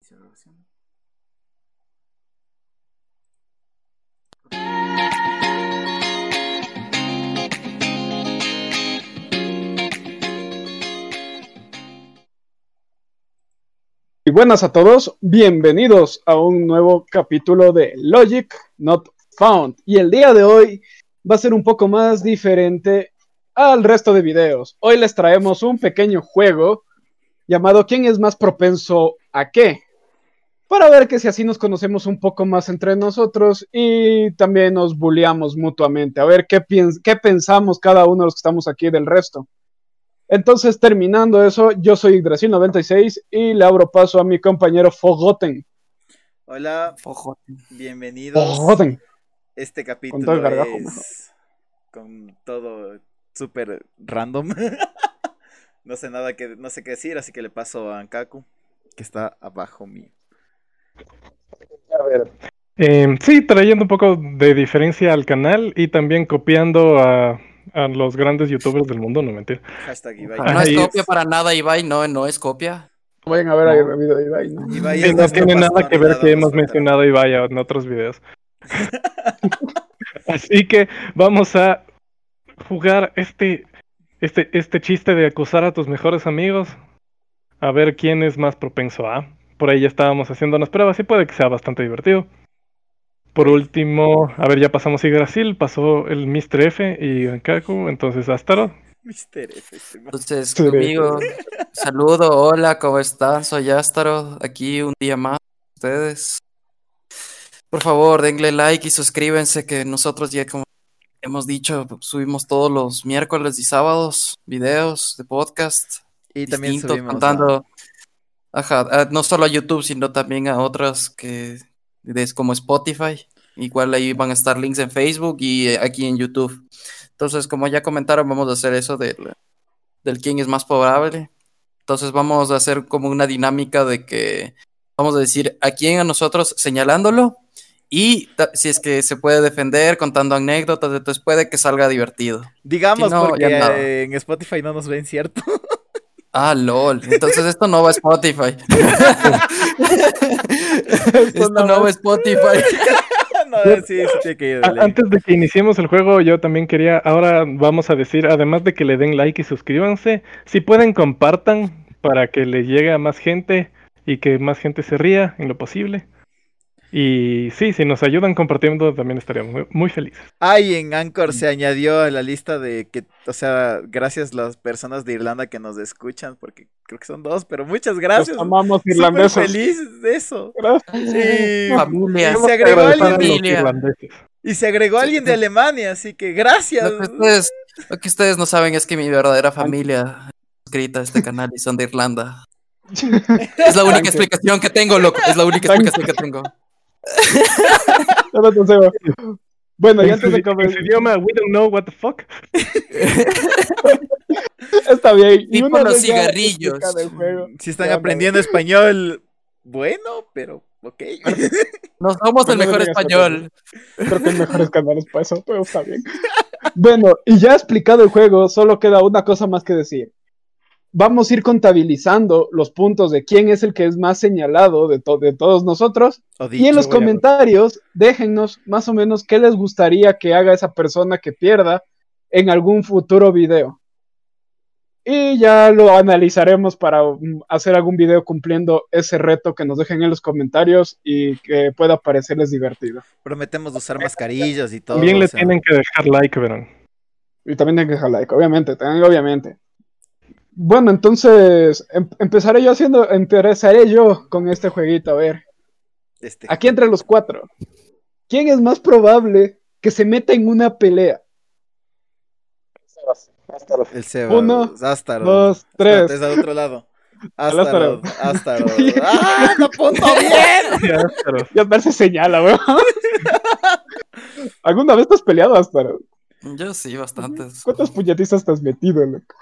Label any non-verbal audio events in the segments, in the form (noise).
inicio de grabación. Y buenas a todos, bienvenidos a un nuevo capítulo de Logic Not Found. Y el día de hoy va a ser un poco más diferente al resto de videos. Hoy les traemos un pequeño juego llamado ¿Quién es más propenso a qué? Para ver que si así nos conocemos un poco más entre nosotros y también nos bulleamos mutuamente, a ver qué, piens- qué pensamos cada uno de los que estamos aquí del resto. Entonces, terminando eso, yo soy Yggdrasil96 y le abro paso a mi compañero Fogoten. Hola, Ojo. bienvenidos. Fogoten. Este capítulo Con todo el gargajo. es con todo súper random. (laughs) no sé nada que no sé qué decir, así que le paso a Ankaku, que está abajo mío. A ver, Eh, sí, trayendo un poco de diferencia al canal y también copiando a, a los grandes youtubers del mundo, no mentira. Hashtag Ibai. No Ajá, es y- copia para nada, Ibai, no, no es copia. vayan a ver ahí el video de Ibai, ¿no? Ibai Y es no nuestro tiene nada pastor que y ver nada que nos hemos faltará. mencionado y vaya en (laughs) otros videos. Así que vamos a jugar este, este, este chiste de acusar a tus mejores amigos. A ver quién es más propenso a. Por ahí ya estábamos haciendo unas pruebas y puede que sea bastante divertido. Por último, a ver, ya pasamos Yggdrasil, pasó el Mr. F y Ankaku, entonces Astaroth. Mister F, este man. Entonces, Sí, de- conmigo, saludo, hola, ¿cómo están? Soy Astaro, aquí un día más con ustedes. Por favor, denle like y suscríbanse, que nosotros ya, como hemos dicho, subimos todos los miércoles y sábados videos de podcast. Y también distintos, subimos a- contando, ajá, a- no solo a YouTube, sino también a otras que de- como Spotify. Igual ahí van a estar links en Facebook y eh, aquí en YouTube. Entonces, como ya comentaron, vamos a hacer eso del, del quién es más probable. Entonces, vamos a hacer como una dinámica de que vamos a decir a quién a nosotros señalándolo y ta- si es que se puede defender contando anécdotas, entonces puede que salga divertido. Digamos Si no, porque ya nada. eh, en Spotify no nos ven, ¿cierto? (laughs) Ah, lol. Entonces esto no va (laughs) a Spotify. esto no no va va. a Spotify. (laughs) no, sí, sí tiene que ir de A- ley. Antes de que iniciemos el juego, yo también quería, ahora vamos a decir, además de que le den like y suscríbanse, si pueden compartan para que le llegue a más gente y que más gente se ría en lo posible. Y sí, si nos ayudan compartiendo también estaríamos muy, muy felices. Ay, en Mm. Anchor se añadió a la lista de que, o sea, gracias las personas de Irlanda que nos escuchan, porque creo que son dos, pero muchas gracias. Los amamos Súper irlandeses. feliz de eso. Gracias. Y, Familia. se agregó Agradecer a alguien, los de- Familia. irlandeses. y se agregó alguien de Alemania, así que gracias. Lo que, ustedes, lo que ustedes no saben es que mi verdadera familia es suscrita a este canal y son de Irlanda. Es la única explicación que tengo, loco. Es la única Tranqui. explicación que tengo. Ahora te sigo. Bueno, y En antes su, de en su comenzar, idioma, we don't know what the fuck. está bien. Tipo una los vez ya cigarrillos. explican el juego. Si están Ya, aprendiendo español, bueno, pero (laughs) ok. No somos el Pues No mejor me digas español. Creo que hay mejores canales para eso, pero está bien. Bueno, y ya explicado el juego, solo queda una cosa más que decir. Vamos a ir contabilizando los puntos de quién es el que es más señalado de, to- de todos nosotros. O Y en los voy a- comentarios, déjennos más o menos qué les gustaría que haga esa persona que pierda en algún futuro video. Y ya lo analizaremos para mm, hacer algún video cumpliendo ese reto que nos dejen en los comentarios y que pueda parecerles divertido. Prometemos usar mascarillas y todo. También o le sea, tienen que dejar like, (laughs) verán. Y también tienen que dejar like, obviamente, también, obviamente. Bueno, entonces em- empezaré yo haciendo, empezaré yo con este jueguito, a ver. este, Aquí entre los cuatro. ¿Quién es más probable que se meta en una pelea? El Seba. Uno, Astaroth. Dos, Espérate, tres. es al otro lado. (laughs) Astaroth. Astaroth. Astaroth. (laughs) ¡Ah, lo apunto bien! Ya, pero- Ya ver se señala, (laughs) weón. ¿Alguna vez te has peleado, Astaro? Yo sí, bastantes. ¿Cuántas puñetizas te has metido, loco?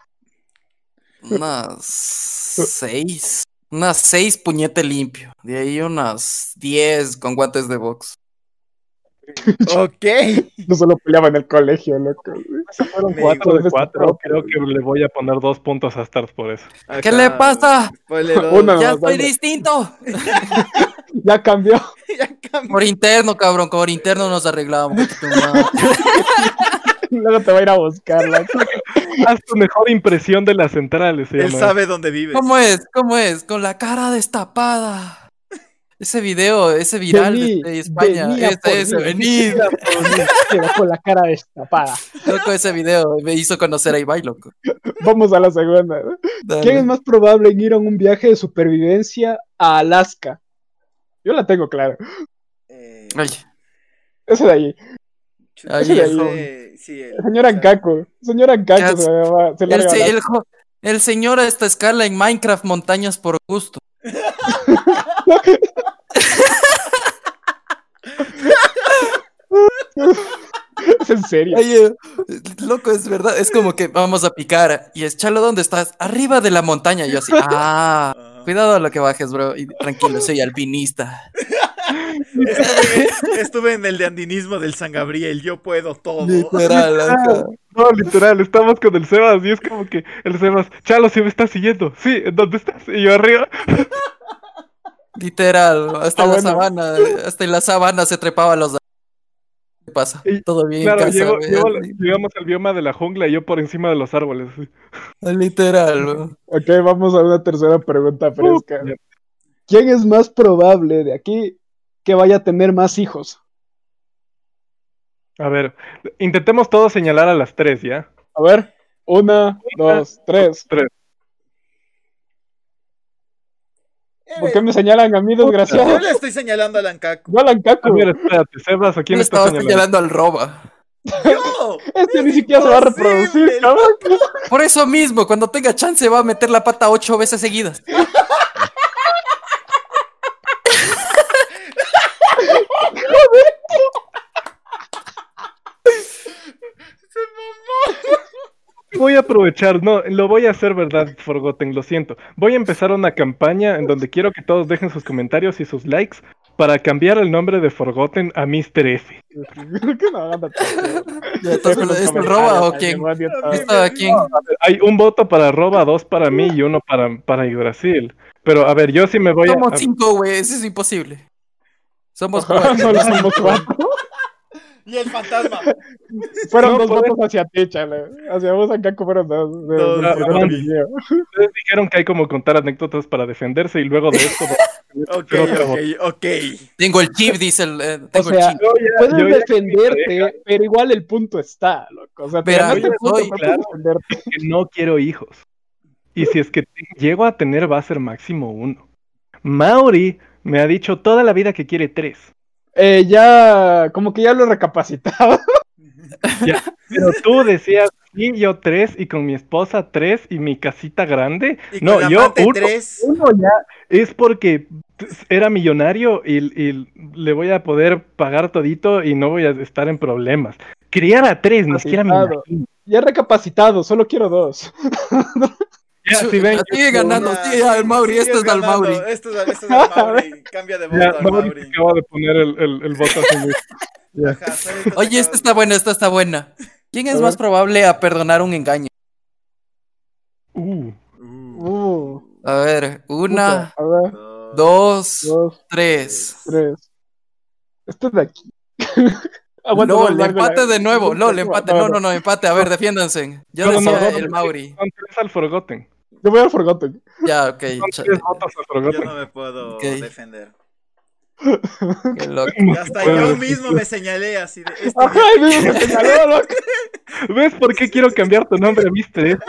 Unas seis. Unas seis puñete limpio. De ahí unas diez con guantes de box. Ok. Yo solo peleaba en el colegio, loco. Pues Fueron Me cuatro de gusta. cuatro. Creo que le voy a poner dos puntos a Stars por eso. ¿Qué le pasa? Ponle Una dos. no, Ya no, estoy dale. distinto. Ya cambió. (laughs) (laughs) Ya cambió. Por interno, cabrón, por interno nos arreglamos. tu madre. Luego te va a ir a buscar, loco. Haz tu mejor impresión de las centrales. se Él llama. sabe dónde vive. ¿Cómo es? ¿Cómo es? Con la cara destapada. Ese video, ese (laughs) viral Vení, de España. Este vení a por Ese, ese, mí. venid. Mira por mí, mira, con la cara destapada. (laughs) Loco, ese video me hizo conocer a Ibai, loco. Vamos a la segunda. ¿no? Dale. ¿Quién es más probable en ir a un viaje de supervivencia a Alaska? Yo la tengo clara. Eh, Ay, Ese de ahí. chuta, Ahí, ese- sí, el- Señor Ancaco. Señor Ya Ancaco se, va- se el, larga se- a el jo- el señor a esta escala en Minecraft montañas por gusto. Alaska. es en serio. Ay, eh, loco, es verdad. Es como que vamos a picar. Y es, Chalo, ¿dónde estás? Arriba de la montaña. Y yo así, ah. Ajá. Cuidado a lo que bajes, bro. Y tranquilo, soy (laughs) alpinista. Estuve, estuve en el de andinismo del San Gabriel. Yo puedo todo. Literal, ajá. No, literal, estamos con el Sebas y es como que el Sebas, Chalo, si me estás siguiendo. Sí, ¿en ¿dónde estás? Y yo arriba. Literal, hasta Ah, en la bueno. sabana, hasta en la sabana se trepaba los ¿Qué pasa? Y- Todo bien, en Claro, casa, llego- güey. llego- llegamos al bioma de la jungla y yo por encima de los árboles. ah, literal. güey. Ok, vamos a una tercera pregunta fresca. Uh, ¿Quién es más probable de aquí que vaya a tener más hijos? A ver, intentemos todos señalar a las tres, ¿ya? A ver, una, dos, tres. ¿Por qué me señalan a mí, Eh, Yo desgraciado? le estoy señalando al (laughs) Ancaco. Yo al A Ancaco. ver, espérate, Sebas, ¿a quién Yo estás estaba señalando? señalando al roba. ¡Yo! Este ni siquiera se va a reproducir, Imposible. cabrón. Por eso mismo, cuando tenga chance va a meter la pata ocho veces seguidas. Voy a aprovechar, no, lo voy a hacer, ¿verdad? Forgotten, lo siento. Voy a empezar una campaña en donde quiero que todos dejen sus comentarios y sus likes para cambiar el nombre de Forgotten a Mr. F. ¿Qué no, ándate. Ya, entonces, Dejo los ¿Es el comentarios, roba o ay, quién? demonio, A mí todo. ¿Esto me a quién? A ver, Hay un voto para Roba, dos para mí y uno para, para Brasil. Pero a ver, yo sí me voy a. Somos a- cinco, güey, eso es imposible. Somos Ajá, (laughs) cuatro. no le hicimos cuatro. Y el fantasma. Fueron No, dos pues. votos hacia ti, chale. Hacia vos, Ancaco, fueron dos. De- Dos, de- dos. de- de- de- de- Ustedes dijeron que hay como contar anécdotas para defenderse y luego de esto. (laughs) Ok, Pero otra ok, ok. Tengo el chip, dice el. eh, tengo sea, el chip. Yo ya- Puedes yo ya- defenderte, pero igual el punto está, loco. O sea, te Pero ganaste yo el punto, soy, no puedes claro. defenderte. que no quiero hijos. Y si es que te- llego a tener, va a ser máximo uno. Mauri me ha dicho toda la vida que quiere tres. Eh, ya, como que ya lo recapacitaba. Pero tú decías, sí, yo tres, y con mi esposa tres, y mi casita grande. Y no, con la yo amante uno, tres. uno ya es porque t- era millonario y, y le voy a poder pagar todito y no voy a estar en problemas. Criar a tres, ni siquiera me Claro. imagino. (laughs) Ya recapacitado, solo quiero dos. Ya, si ven, ah, Sigue ganando, Una- sí, al Mauri, sigues este es al ganando, Mauri. Esto es, esto es al Mauri. Cambia de voto ya, al Mauri Mauri. acaba de poner el, el, el voto a su lista. Ya. Ajá, solo esto te Oye, esta acabo- está buena, esta está buena. ¿Quién A es ver. más probable a perdonar un engaño? Uh. Uh, Uh, A ver, puta, una, a ver, Uh, dos, dos, dos, tres. tres. Esto de aquí. (laughs) Aguanta, No, aguanta, empate aguanta. de nuevo. No, empate. No, no, no, empate. A ver, defiéndanse. Yo No, no, decía no, no, el no. Mauri. Son tres al Forgotten. Yo voy al Forgotten. Ya, ok. Son cha- tres votos al Yo Forgotten. no me puedo Ok. defender. qué loco. Ya hasta yo mismo me señalé así de. (laughs) Este Ajá, y me me señaló, (laughs) loco. (laughs) ¿Ves por qué quiero cambiar tu nombre a Mr. F?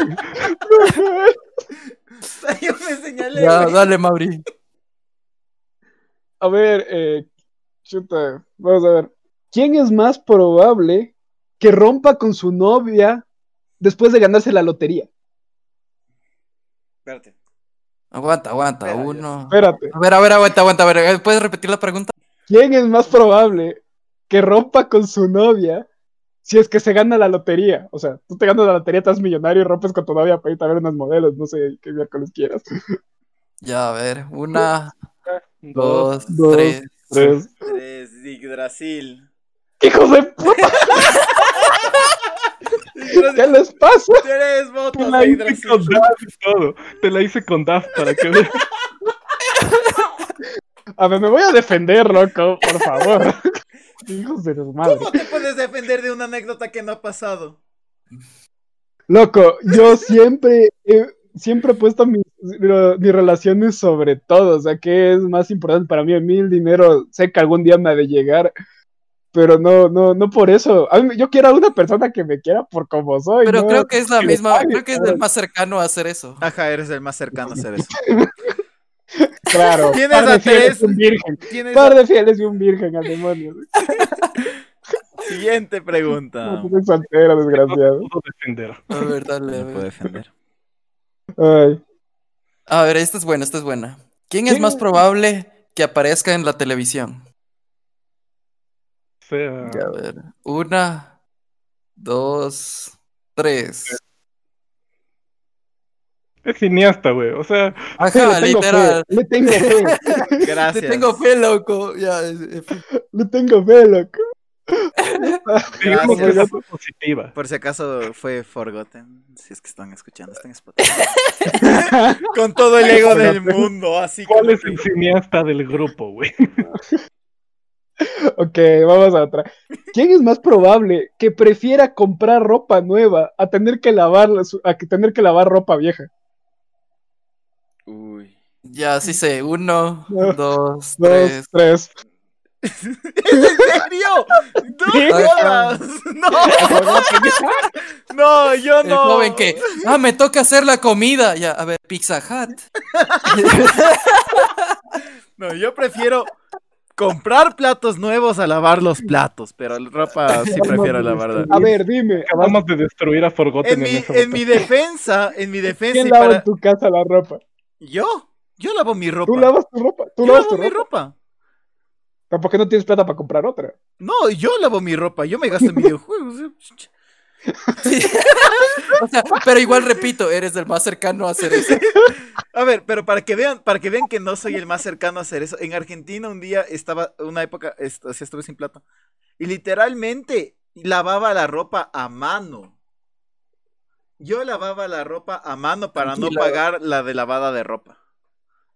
hasta yo me señalé. Ya, güey. dale, Mauri. A ver, eh, chuta, vamos a ver. ¿Quién es más probable que rompa con su novia después de ganarse la lotería? Espérate. Aguanta, aguanta. Espera, Uno. Espérate. A ver, a ver, aguanta, aguanta. A ver, eh, ¿puedes repetir la pregunta? ¿Quién es más probable que rompa con su novia si es que se gana la lotería? O sea, tú te ganas la lotería, estás millonario y rompes con tu novia para irte a ver unas modelos, no sé qué miércoles quieras. (laughs) Ya, a ver. Una, dos, dos, (laughs) tres. Tres. Tres, y Brasil. ¡Qué hijos de puta! ¿Qué les pasa? Tres votos Te la de hice hidración. con Daft y todo. Te la hice con Daft para que veas. (laughs) A ver, me voy a defender, loco, por favor. (laughs) hijos de su madre. ¿Cómo te puedes defender de una anécdota que no ha pasado? Loco, yo siempre, he- siempre he puesto mis, lo- mis relaciones sobre todo, o sea, que es más importante para mí? A mí el dinero, sé que algún día me ha de llegar, pero no, no, no por eso. A mí- yo quiero a una persona que me quiera por como soy. Pero ¿no? creo que es la que le misma, pague, creo que es claro. el más cercano a (laughs) hacer eso. Ajá, eres el más cercano a hacer eso. Claro, Tienes par de a fieles tres. y un virgen, Tienes par de fieles y un virgen al demonio. siguiente pregunta. Eres soltero, desgraciado. puedo defender. A ver, dale, a No puedo ver. defender. Ay. A ver, esta es buena, esta es buena. ¿Quién es ¿Quién más es? probable que aparezca en la televisión? O sea, A ver, una, dos, tres. es cineasta, güey. O sea, Sí, Ajá, le tengo fe, Ah, literal. le tengo fe, Te Gracias. tengo fe, loco. Ya, eh, eh, le tengo fe, loco. digamos que Gracias. es positiva. Por si acaso fue Forgotten, si es que están escuchando, están en Spotify. Con todo el ego del mundo, así que. ¿Cuál es el cineasta del grupo, güey? Ok, vamos a otra. ¿Quién es más probable que prefiera comprar ropa nueva a tener que lavarla, su- a que tener que lavar ropa vieja? Uy. ya, sí sé. Uno, No. dos, Dos, tres. (laughs) tres. ¿Es en serio? Sí. ¡No jodas! ¡No! ¡No, yo El no! joven que, ah, me toca hacer la comida. Ya, a ver, Pizza Hut. No, yo prefiero comprar platos nuevos a lavar los platos, pero la ropa sí prefiero lavarla. A ver, dime. (laughs) Acabamos de destruir a Forgotten En en, mi, esa en batalla. mi defensa, en mi defensa ¿Quién y lava para... en tu casa la ropa? ¿Yo? Yo lavo mi ropa. Tú lavas tu ropa. Tú yo lavas lavo tu mi ropa. ropa. Pero ¿Por qué no tienes plata para comprar otra? (laughs) No, yo lavo mi ropa. Yo me gasto en videojuegos. Sí. O sea, pero igual repito, eres el más cercano a hacer eso. A ver, pero para que vean, para que vean que no soy el más cercano a hacer eso. En Argentina un día estaba, una época, est- así estuve sin plata. Y literalmente lavaba la ropa a mano. Yo lavaba la ropa a mano para no Tranquila. pagar la de lavada de ropa.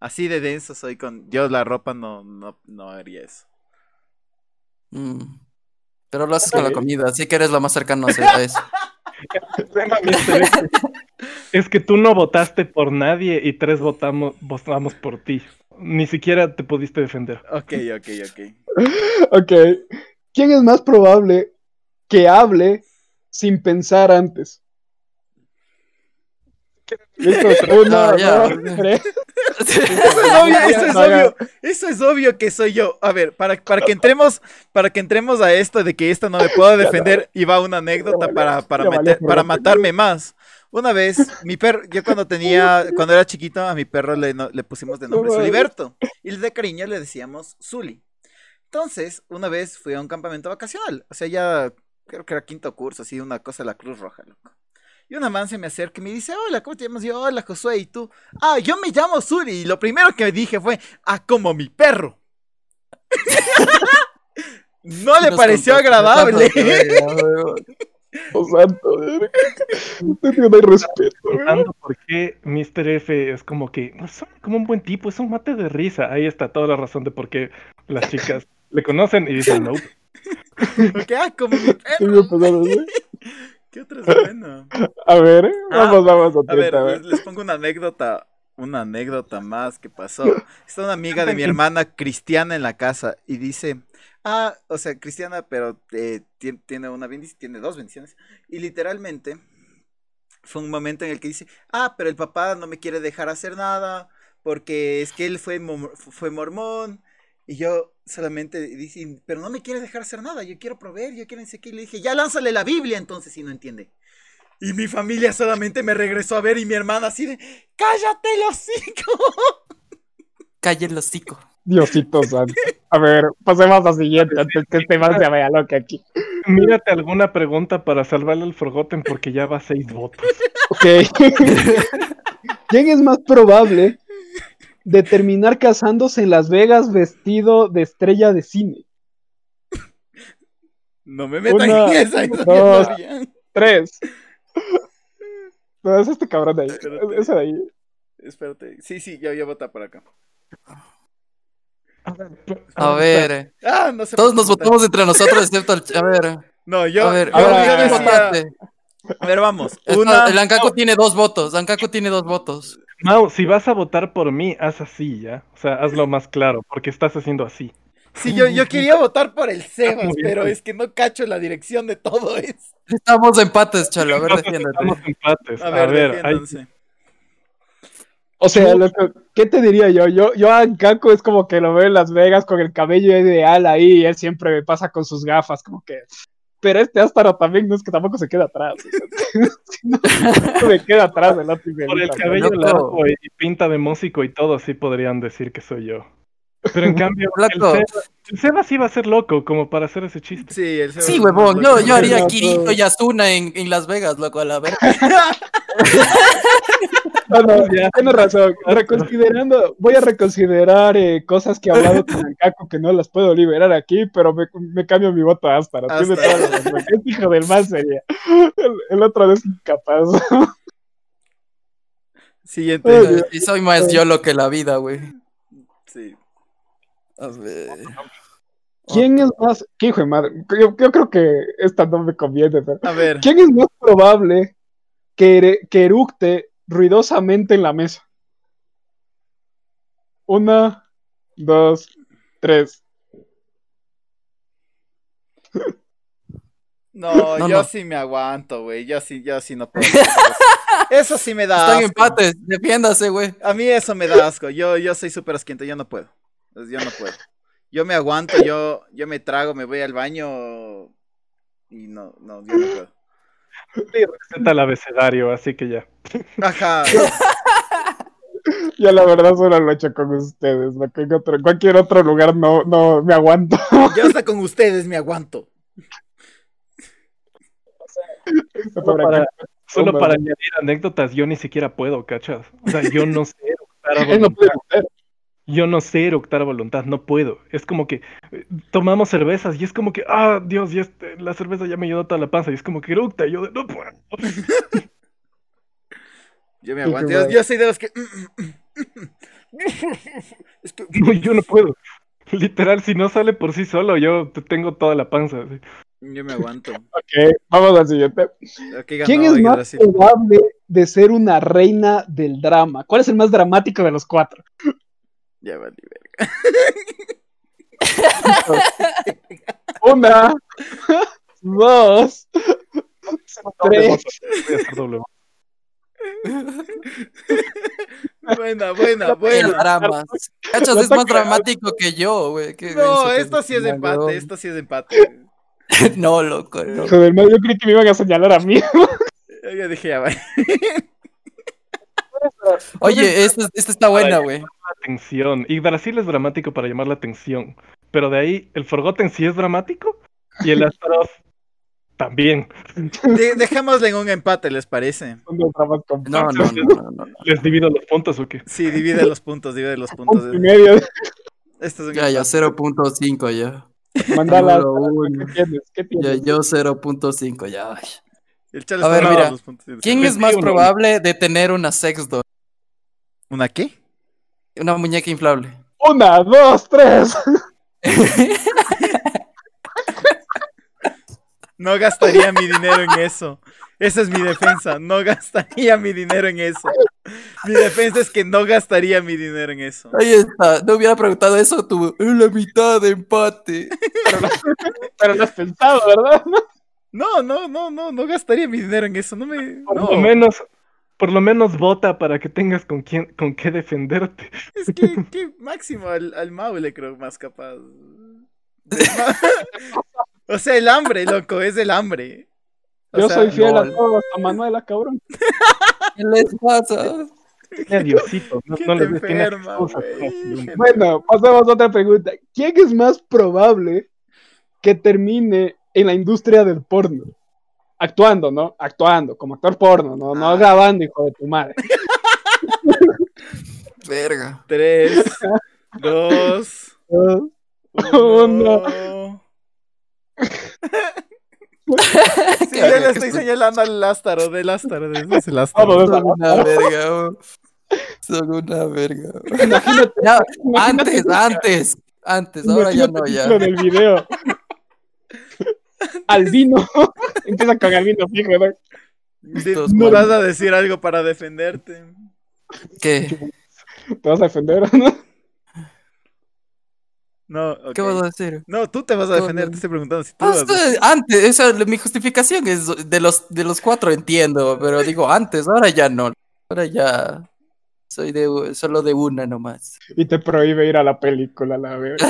Así de denso soy con. Yo la ropa no, no, no haría eso. Mm. Pero lo haces con la comida, así que eres lo más cercano a hacer a eso. El problema, Mr. X, (laughs) es que tú no votaste por nadie y tres votamos, votamos por ti. Ni siquiera te pudiste defender. Ok, ok, ok. Ok. ¿Quién es más probable que hable sin pensar antes? (laughs) Listo, una, Ah, No, ya. dos, tres. (laughs) (laughs) Eso es obvio, eso es obvio. Eso es obvio que soy yo. A ver, para, para que entremos, para que entremos a esto de que esta no me (laughs) puedo defender, y va una anécdota Ya para, valió, para, ya valió, meter- por para favor. matarme más. Una vez, mi perro, yo cuando (laughs) tenía, cuando era chiquito, a mi perro le, no- le pusimos de nombre No vale. Suliberto. Y de cariño le decíamos Zuli. Entonces, una vez fui a un campamento vacacional. O sea, ya creo que era quinto curso, así, una cosa de la Cruz Roja, loco. Y una man se me acerca y me dice, hola, ¿cómo te llamas? Y yo, hola, Josué, ¿y tú? Ah, yo me llamo Zuri. Y lo primero que dije fue, ah, como mi perro. (laughs) no le Nos pareció contó- agradable. Dios Oh, santo, (laughs) verga. Este tío no hay respeto. güey. Mm. Contando por qué Mr. F es como que es como un buen tipo, es un mate de risa. Ahí está toda la razón de por qué las chicas le conocen y dicen no. (laughs) Porque, ah, como mi Sí, me perro. pasaron, ¿eh? ¿Qué otra es buena? A ver, ¿eh? Ah, vamos, vamos a A ver, pues. treta, a ver. les, les pongo una anécdota. Una anécdota más que pasó. Está una amiga de mi hermana cristiana en la casa y dice, ah, o sea, cristiana, pero eh, ti- tiene una bendición, tiene dos bendiciones. Y literalmente fue un momento en el que dice, ah, pero el papá no me quiere dejar hacer nada porque es que él fue, mom- fue mormón. Y yo solamente dije, pero no me quiere dejar hacer nada, yo quiero proveer, yo quiero no sé qué". Y le dije, ya lánzale la Biblia entonces si no entiende. Y mi familia solamente me regresó a ver y mi hermana así de, cállate los hocico. (laughs) Calle el hocico. Diosito santo. A ver, pasemos a siguiente antes que este man se vaya loca aquí. Mírate alguna pregunta para salvarle al Forgotten porque ya va seis votos. Ok. (laughs) ¿Quién es más probable de terminar casándose en Las Vegas vestido de estrella de cine? No me metan (laughs) Una, en esa. yo dos. no sabía. Tres. No, es este cabrón de ahí. Espérate. Ese de ahí. Espérate. Sí, sí, ya, ya vota para acá. A ver, eh, Ah, no sé. todos nos votamos entre nosotros, excepto el. A ver, No, yo, a ver, yo, a ver, yo a ver. decía- votaste? A ver, vamos. Es Una. más, El Ancaco tiene dos votos. Ancaco tiene dos votos. Mau, si vas a votar por mí, haz así, ¿ya? O sea, hazlo más claro, porque estás haciendo así. Sí, yo, yo (laughs) quería votar por el Sebas, Muy bien. pero es que no cacho la dirección de todo esto. Estamos empates, Cholo. (laughs) A ver, Entonces, defiéndete. Estamos empates. A ver, A ver, hay- defiéndanse. O sea, loco, ¿qué te diría yo? Yo, yo a Caco es como que lo veo en Las Vegas con el cabello ideal ahí y él siempre me pasa con sus gafas, como que. Pero este Astaro también no es que tampoco se queda atrás. (laughs) no, no me queda atrás el otro por el Miguelito, cabello loco. largo y y pinta de músico y todo, sí podrían decir que soy yo. Pero en cambio, el Loco. Sebas, el Sebas iba a ser loco como para hacer ese chiste. Sí, el Sebas. Sí, huevón. Yo, yo haría Loco. Kirito y Asuna en, en Las Vegas, loco, a la verga. (laughs) No, no, Ya. tienes razón. Reconsiderando, voy a reconsiderar eh, cosas que he hablado con el Caco que no las puedo liberar aquí, pero me, me cambio mi voto a Astaro. Tiene Ástaro. toda la razón. Es hijo del más sería. El, el otro es incapaz. (laughs) Siguiente. Ay, Dios. Y soy más yo lo que la vida, güey. Sí. A ver. ¿Quién es más? ¿Qué hijo de madre? Yo, yo creo que esta no me conviene, pero. A ver. ¿Quién es más probable que, ere- que eructe ruidosamente en la mesa? Una, dos, tres. No, No, yo no. sí me aguanto, güey. Yo sí, yo sí no puedo. Eso- Eso Ah, sí me da Están asco. empates. Defiéndase, güey. A mí eso me da asco. Yo, yo soy súper asquiento, yo no puedo. Pues Yo no puedo. Yo me aguanto, yo, yo me trago, me voy al baño y no, no, yo no puedo. Presenta el abecedario, así que ya. Ajá. Yo la verdad solo lo he hecho con ustedes. ¿no? Que En otro- cualquier otro lugar no, no me aguanto. Yo hasta con ustedes me aguanto. Solo Por para, acá. solo Hombre. para añadir anécdotas, yo ni siquiera puedo, ¿cachas? O sea, yo no sé eructar a Él no puede voluntad. ser. Yo no sé eructar a voluntad, no puedo. Es como que eh, tomamos cervezas y es como que, ah, Dios, y este- la cerveza ya me llenó toda la panza y es como que eructa. Y yo, de, no puedo. (laughs) Yo me Hijo de aguanto. Yo, madre. yo soy de los que. (laughs) Es que- No, yo no puedo. Literal, si no sale por sí solo, yo t- tengo toda la panza. así. Yo me aguanto. (laughs) Ok, vamos al siguiente. Ok, ganó ¿Quién es más Brasil. probable de ser una reina del drama? ¿Cuál es el más dramático de los cuatro? Ya vale, verga. Una, dos, Doble tres. voto, voy a hacer doble voto. Buena, buena, Qué buena. dramas. Cachas, Lo es más toca- dramático que yo, güey. Qué No, güey, esto sí es chingón, empate, huevón. (laughs) esto sí es empate. No, (laughs) loco, no. Hijo del mal, yo creí que me iban a señalar a (laughs) mí. Yo dije, "Ah, ya (laughs) vale. Oye, esta esta está buena, (laughs) güey. Atención. Y Brasil es dramático para llamar la atención. Pero de ahí, el Forgotten sí es dramático y el Astaroth (laughs) también. De- dejémosle en un empate, ¿les parece? Son dos dramas completos. No, no, no, no, no, no. ¿Les divido los puntos o qué? Sí, divide los puntos, divide los puntos. Punto y medio. Esto es un Ya, ya, empate. 0.5 ya. Mandala. Número uno. ¿Qué tienes? ¿Qué Ya, tienes? yo 0.5 ya. ay. El chale A está ver, dando mira, los puntos. ¿Quién es más probable de tener una sex doll? ¿Una qué? Una muñeca inflable. Una, dos, tres. No gastaría mi dinero en eso. Esa es mi defensa. No gastaría mi dinero en eso. Mi defensa es que no gastaría mi dinero en eso. Ahí está. No hubiera preguntado eso, tuvo la mitad de empate. (laughs) Pero lo has pensado, ¿verdad? No, no, no, no, no gastaría mi dinero en eso. No me. Por no. lo menos, por lo menos vota para que tengas con quién, con qué defenderte. Es (laughs) que, que máximo al, al Mau le creo más capaz. o sea, el hambre, loco, es el hambre. O Yo sea, soy fiel a no. todos, a Manuela, cabrón. (laughs) ¿Qué les pasa? Ya, Diosito, no, ¿Qué no te les des- tienes enferma, excusas, güey? no, no. Bueno, pasemos a otra pregunta. ¿Quién es más probable que termine en la industria del porno? Actuando, ¿no? Actuando, como actor porno, ¿no? No Ah. grabando, hijo de tu (laughs) madre. Verga. (laughs) Tres, dos, Oh, ¿No? uno. Sí, yo le estoy señalando al Lázaro, de Lázaro, de ese es (laughs) el Lázaro. Vamos, Son una verga, bro. Son una verga. bro. Imagínate, Ya, imagínate antes, antes, antes, Pues ahora ya no, ya. Lo del (laughs) video. Albino. Empieza con Albino fijo, ¿no? Di- Estos ¿No cuadros. vas a decir algo para defenderte? ¿Qué? Te vas a defender, ¿no? No, ok. ¿Qué vas a decir? No, tú te vas a No, defender, no. te estoy preguntando si tú Ah, vas a... sí, Antes, esa es mi justificación es de los de los cuatro entiendo, pero digo antes, ahora ya no, ahora ya soy de u- solo de una nomás. Y te prohíbe ir a la película, la verga.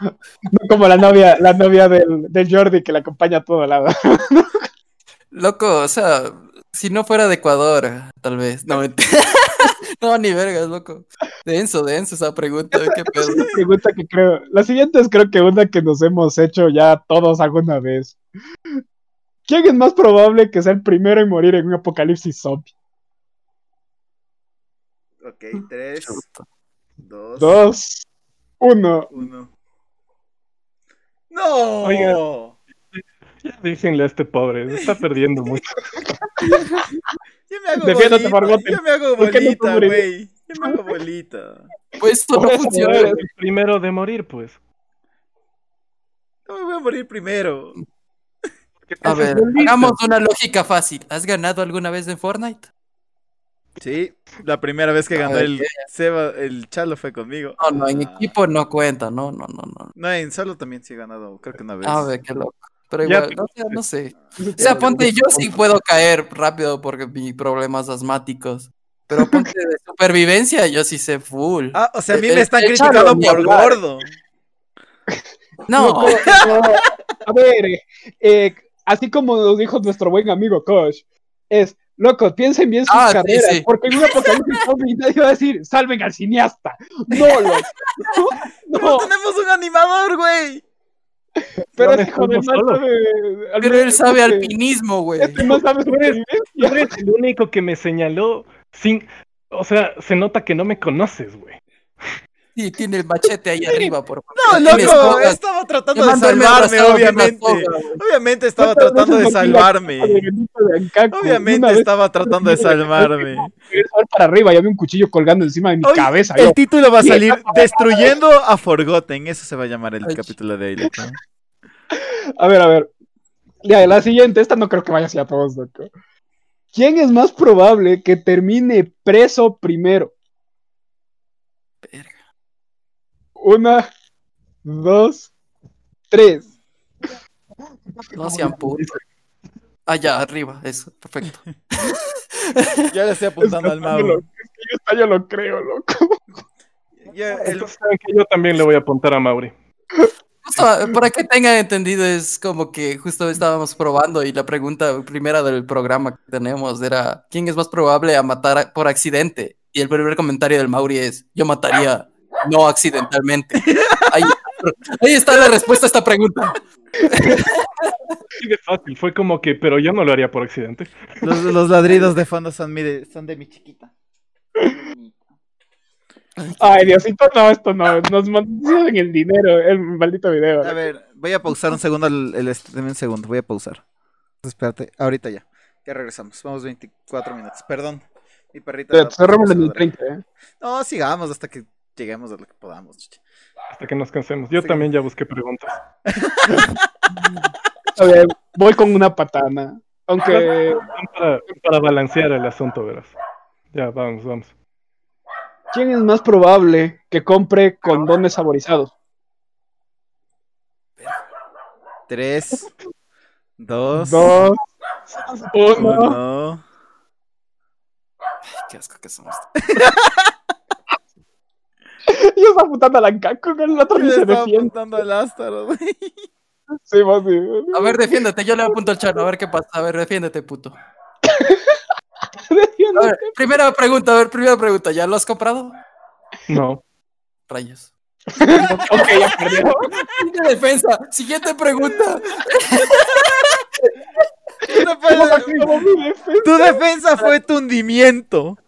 No como la novia, la novia del, del Jordi que la acompaña a todo lado. Loco, o sea, si no fuera de Ecuador, tal vez. No, ment- (laughs) no ni vergas, loco. Denso, denso esa pregunta, qué pedo. Una pregunta que creo. La siguiente es creo que una que nos hemos hecho ya todos alguna vez. ¿Quién es más probable que sea el primero en morir en un apocalipsis zombie? Ok, tres, dos, Dos, uno. uno. ¡No! Oiga. Ya déjenle a este pobre, se está perdiendo mucho. Yo me hago Defiéndete, bolita, Margote. yo me hago ¿Por qué no bolita, sobrevives? güey. Yo me hago bolita. Pues esto no Por eso, funciona. güey. El primero de morir, pues. No me voy a morir primero. A ver, hagamos una lógica fácil. ¿Has ganado alguna vez en Fortnite? Sí, la primera vez que A ganó ver, el Seba, el Chalo fue conmigo. No, no, en Ah, equipo no cuenta, no, no, no, no. No, en solo también sí he ganado, creo que una vez. A ver, qué loco. Pero Ya igual, te- no, sé, no sé. O sea, ponte, yo sí puedo caer rápido porque mi problemas asmáticos. Pero ponte de supervivencia, yo sí sé full. Ah, o sea, a mí El- me están Eh, el Chalo criticando ni por hablar. gordo. no, No, no. A ver, eh, eh, así como nos dijo nuestro buen amigo Kosh, es, loco, piensen bien sus Ah, sí, carreras, sí. porque en un (laughs) apocalipsis zombie nadie va a decir, salven al cineasta. No, loco. No No, tenemos un animador, güey. pero No ese me hijo de mal como solo. sabe- al pero él menos sabe este- alpinismo, güey. Este no sabe Tú sobrevivencia. eres el único que me señaló sin... O sea, se nota que no me conoces, güey. Sí, tiene el machete ahí arriba, por No, favor. Tienes loco, sogas. estaba Te tratando de mando el salvarme, abrazado de una obviamente. soga, güey. Obviamente estaba ¿Cuántas tratando de veces nos vi la salvarme. de Benito de Ancaco? Una Obviamente vez estaba tratando de salvarme. quería saltar para arriba y había un cuchillo colgando encima de mi Oye, cabeza. yo, El título va a Sí, salir Destruyendo a Forgotten. Eso se va a llamar el Ay, capítulo de hoy. loco. A ver, a ver. Ya, la siguiente, esta no creo que vaya hacia todos, loco. ¿Quién es más probable que termine preso primero? Verga. Una, dos, tres. No sean putos. Allá arriba, eso, perfecto. (laughs) Ya le estoy apuntando al Yo, mago. lo- es que yo esta yo lo creo, loco. Ya, el- Entonces, ¿saben qué? yo también le voy a apuntar a Mauri. Justo, para que tengan entendido, es como que justo estábamos probando y la pregunta primera del programa que tenemos era, ¿quién es más probable a matar a- por accidente? Y el primer comentario del Mauri es, yo mataría no accidentalmente. Ahí, ahí está la respuesta a esta pregunta. Así de fácil, fue como que, pero yo no lo haría por accidente. los, los ladridos de fondo son, mi de- son de mi chiquita. Ay, Diosito, no, esto no. Nos mantienen el dinero, el maldito video. A ver, voy a pausar un segundo. El, el est- deme un segundo, voy a pausar. Espérate, ahorita ya. Ya regresamos. Vamos 24 minutos. Perdón. Mi perrita. Pero cerramos en el el 30, ¿eh? No, sigamos hasta que lleguemos a lo que podamos. chucha. Hasta que nos cansemos. Yo Sí. también ya busqué preguntas. A ver, voy con una patana. (laughs) Aunque. Para, para balancear el asunto, verás. Ya, vamos, vamos. ¿Quién es más probable que compre condones saborizados? Tres, dos, Dos. Uno. uno. Qué asco que somos. Yo estaba apuntando a la caco con el otro Yo ni se estaba defiende. apuntando al Lázaro, güey. (laughs) Sí, más A ver, defiéndete, yo le apunto al chano, a ver qué pasa, a ver, defiéndete, puto. A ver, primera pregunta, a ver, primera pregunta, ¿ya lo has comprado? No. Rayos. Ok, ya (laughs) perdió. Siguiente defensa, siguiente pregunta. Tú no puedes- Como mi defensa. Tu defensa fue tu hundimiento.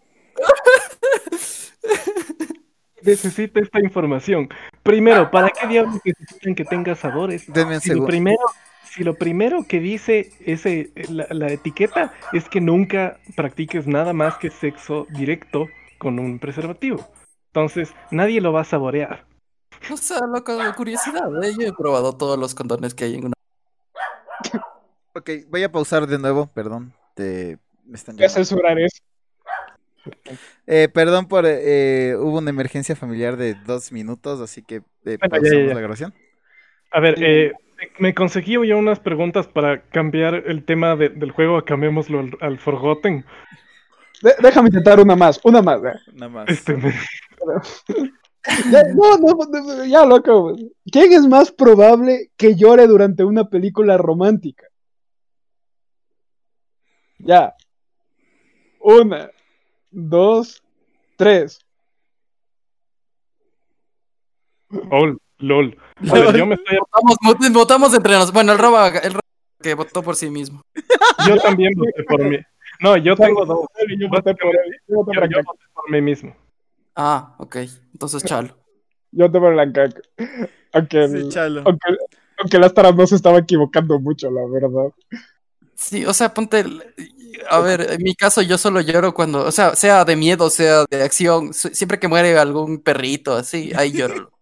Necesita esta información. Primero, ¿para qué diablos necesitan que tenga sabores? Denme un Si lo segundo. primero, si lo primero que dice ese, la, la etiqueta es que nunca practiques nada más que sexo directo con un preservativo. Entonces, nadie lo va a saborear. O sea, loco, de curiosidad, ¿eh? Yo he probado todos los condones que hay en una. Ok, voy a pausar de nuevo, perdón. Te... Me están Voy a llamando. censurar eso. Eh, perdón por. eh, hubo una emergencia familiar de dos minutos, así que eh, ya, pausamos ya, ya. la grabación. A ver, Sí. eh, me conseguí yo unas preguntas para cambiar el tema de- del juego, a cambiémoslo al, al Forgotten. De- déjame intentar una más, una más. eh. Nada más. Este, me- (laughs) Ya, no, no, no, ya, loco. ¿Quién es más probable que llore durante una película romántica? Ya. Una, dos, tres. Ol, Oh, lol. A ver, yo me estoy Votamos, vot- votamos entre nosotros. Bueno, el roba, el Roba que votó por sí mismo. Yo también voté por mí. No, yo tengo dos. Yo voté por él, yo voté Yo, por yo Blancac- voté por mí mismo. Ah, ok. Entonces, chalo. yo voté por Blancac. Aunque, el- Sí, chalo. aunque, aunque Lázaro no se estaba equivocando mucho, la verdad. Sí, o sea, ponte. el- A ver, en mi caso yo solo lloro cuando, o sea, sea de miedo, sea de acción, si- siempre que muere algún perrito así, ahí (laughs) lloro.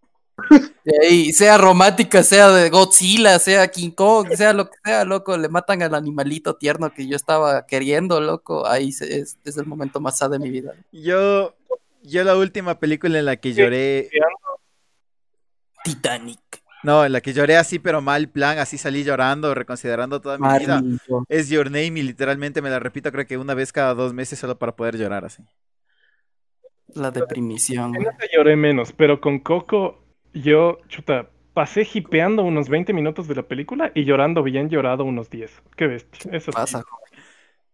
Y ahí, sea romántica, sea de Godzilla, sea King Kong, sea lo que sea, loco, le matan al animalito tierno que yo estaba queriendo, loco, ahí se- es, es el momento más sad de mi vida. Yo. Yo la última película en la que lloré. Titanic. No, en la que lloré así, pero mal plan, así salí llorando, reconsiderando toda mi vida. Maravilloso. Es Your Name y literalmente me la repito, creo que una vez cada dos meses solo para poder llorar así. La deprimición. En esa lloré menos, pero con Coco yo, chuta, pasé hipeando unos 20 minutos de la película y llorando bien llorado unos 10. Qué bestia. Eso sí. Pasa.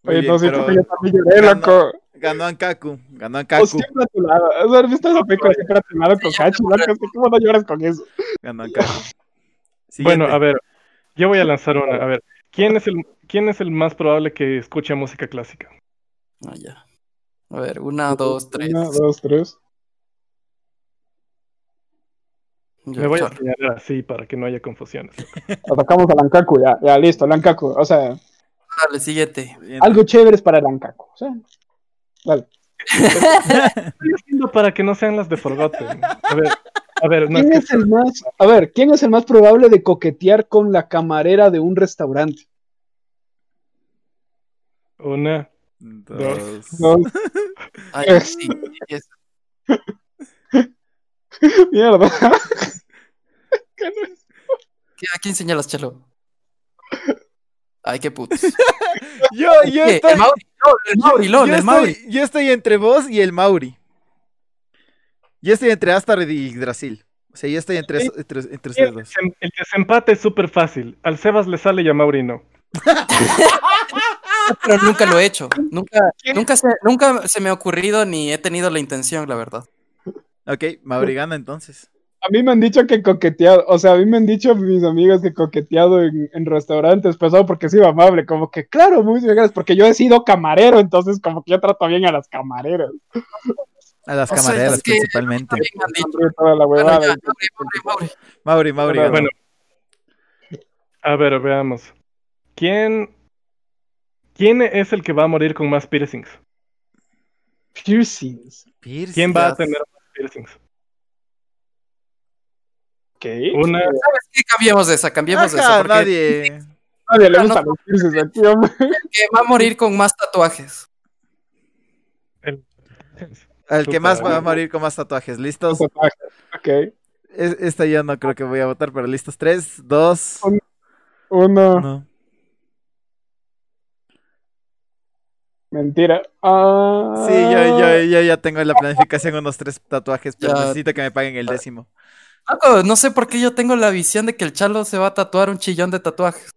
Muy Oye, bien, no sé, pero yo también lloré, ganó- loco. Pues ganó Ankaku, ganó O Ankaku, siempre a tu lado. O sea, ¿viste esa película siempre a tu lado con Hachi, loco? Es que ¿Cómo no lloras con eso? ganó Ankaku. Bueno, Siguiente. a ver, yo voy a lanzar una. A ver, ¿quién es el, quién es el más probable que escuche música clásica? Ah, ya. A ver, una, dos, tres. Una, dos, tres. Yo Me voy a lloro. señalar así para que no haya confusiones. Atacamos a Lankaku, ya, ya, listo, Lankaku. O sea, Dale, siguiente. Siguiente. algo chévere es para Lankaku. O sea, Estoy haciendo para que no sean las de Forgotten. A ver, a ver, no, es ¿quién que- es el más, a ver, quién es el más probable de coquetear con la camarera de un restaurante? una. Dos. No, Ay, (laughs) sí, es- mierda. ¿Qué- ¿A quién señalas, Chelo? Ay, qué putos. (laughs) Yo, yo ¿Qué? estoy. El Mauri, LOL, el Mauri, LOL, yo, el Mauri. estoy, yo estoy entre vos y el Mauri. Yo estoy entre Astar y Drasil. O sea, yo estoy entre, Sí. entre, entre ustedes El, dos. desem- el desempate es súper fácil. Al Sebas le sale y a Mauri no. Pero nunca lo he (laughs) hecho. Nunca, nunca, se, nunca se me ha ocurrido ni he tenido la intención, la verdad. Ok, Mauri gana entonces. A mí me han dicho que coqueteado, o sea, a mí me han dicho mis amigas que coqueteado en, en restaurantes, pues solo porque soy amable, como que claro, muy bien, gracias, porque yo he sido camarero, entonces como que yo trato bien a las camareras. A las O sea, camareras es que- principalmente. También me han dicho, Siempre toda la bueno, huevada. ya, Mauri, Mauri, Mauri, Mauri. Mauri Bueno, ganó. Bueno, a ver, veamos. ¿Quién, ¿Quién es el que va a morir con más piercings? Piercings. Pierce, ¿Quién va a ya. tener más piercings? ¿Qué? Una, ¿Sabes qué? Pues Cambiemos de esa, cambiemos de Ajá, esa. Porque nadie. Nadie le Ah, no. gustan los piercings aquí, hombre. el que va a morir con más tatuajes. el- El que más va a Puta. morir con más tatuajes. ¿Listos? Ok. Es- esta yo no creo que voy a votar, pero listos. Tres, dos. Un- Uno. No. Mentira. Ah, Sí, yo, (laughs) yo, yo ya tengo en la planificación unos tres tatuajes, pero Ya. Ah. necesito que me paguen el décimo. Loco, no sé por qué yo tengo la visión de que el Chalo se va a tatuar un chillón de tatuajes.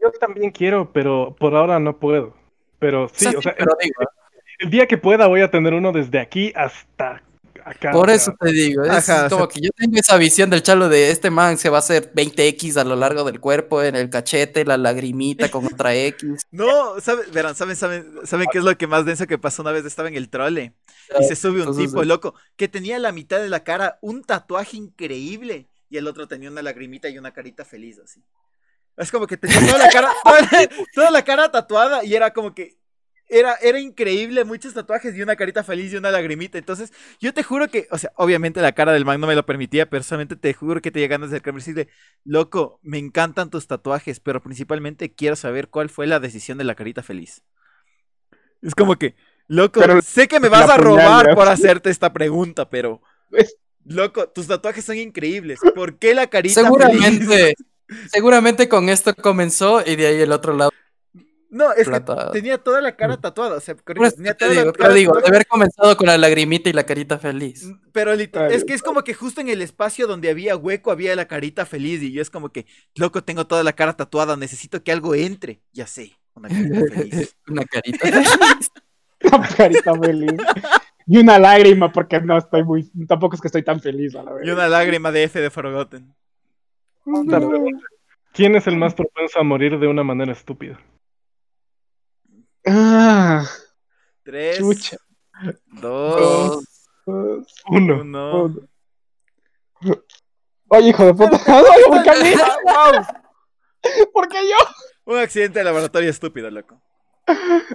Yo también quiero, pero por ahora no puedo. Pero sí, O sea, o sea, pero digo, el día que pueda voy a tener uno desde aquí hasta acá. o Por sea, eso te digo, es Ajá, o como sea- que yo tengo esa visión del chalo de este man se va a hacer 20X a lo largo del cuerpo, en el cachete, la lagrimita con (laughs) otra X. No, ¿saben? Verán, ¿saben, saben, ¿saben qué es lo que más denso que pasó una vez? Estaba en el trole y se sube un Entonces, tipo eh. loco que tenía la mitad de la cara un tatuaje increíble y el otro tenía una lagrimita y una carita feliz así. Es como que tenía toda la cara, toda la, toda la cara tatuada y era como que era, era increíble, muchos tatuajes y una carita feliz y una lagrimita. Entonces, yo te juro que, o sea, obviamente la cara del man no me lo permitía, pero solamente te juro que te llegan desde el y decirle, loco, me encantan tus tatuajes, pero principalmente quiero saber cuál fue la decisión de la carita feliz. Es como que, loco, Pero sé que me la Pues vas a puñal, robar ¿no? por hacerte esta pregunta, pero, Es- loco, tus tatuajes son increíbles. ¿Por qué la carita feliz? Seguramente, seguramente con esto comenzó y de ahí el otro lado. No, es Plata. que tenía toda la cara tatuada, o sea, correcto, Mm. Por eso tenía te toda la digo, te cara digo, de tatuada. haber comenzado con la lagrimita y la carita feliz. Pero lit- Ay, es que es como que justo en el espacio donde había hueco había la carita feliz y yo es como que, loco, tengo toda la cara tatuada, necesito que algo entre. Ya sé, una carita Mm, (laughs) feliz. Una carita feliz. Una carita feliz. Y una lágrima, porque no estoy muy. Tampoco es que estoy tan feliz, a la Y verdad. una lágrima de F de Forgotten. otra pregunta. ¿Quién es el más propenso a morir de una manera estúpida? Ah, Tres, chucha. dos, Uno. uno. Oye, hijo de puta. (laughs) Ay, ¿Por qué a mí? (laughs) ¿Por qué yo? Un accidente de laboratorio estúpido, loco.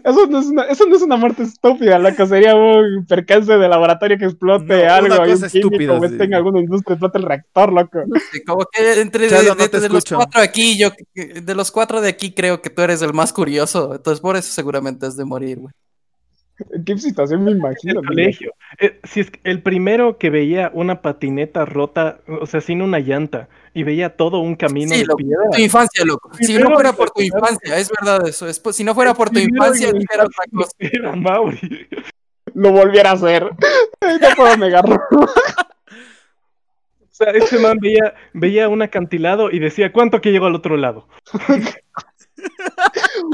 Eso no es una, eso no es una muerte estúpida, la que sería un percance de laboratorio que explote No, una algo. hay cosa un químico, estúpida, o esté en sí. alguna industria, explota el reactor, loco. Sí, Como que entre de, Chalo, no de- te de los escucho. cuatro aquí, yo de los cuatro de aquí creo que tú eres el más curioso. Entonces por eso seguramente es de morir, güey. ¿En qué situación me En imagino? el colegio. Eh, si es que el primero que veía una patineta rota, o sea, sin una llanta, y veía todo un camino Sí, de loco. piedra. Tu infancia, loco. Si Primero no fuera por tu de- infancia, es verdad eso. es po- si no fuera por tu Primero infancia, de- era otra cosa. Era Mauri. Lo volviera a hacer. No puedo negarlo. O sea, este man veía, veía un acantilado y decía, ¿cuánto que llego al otro lado?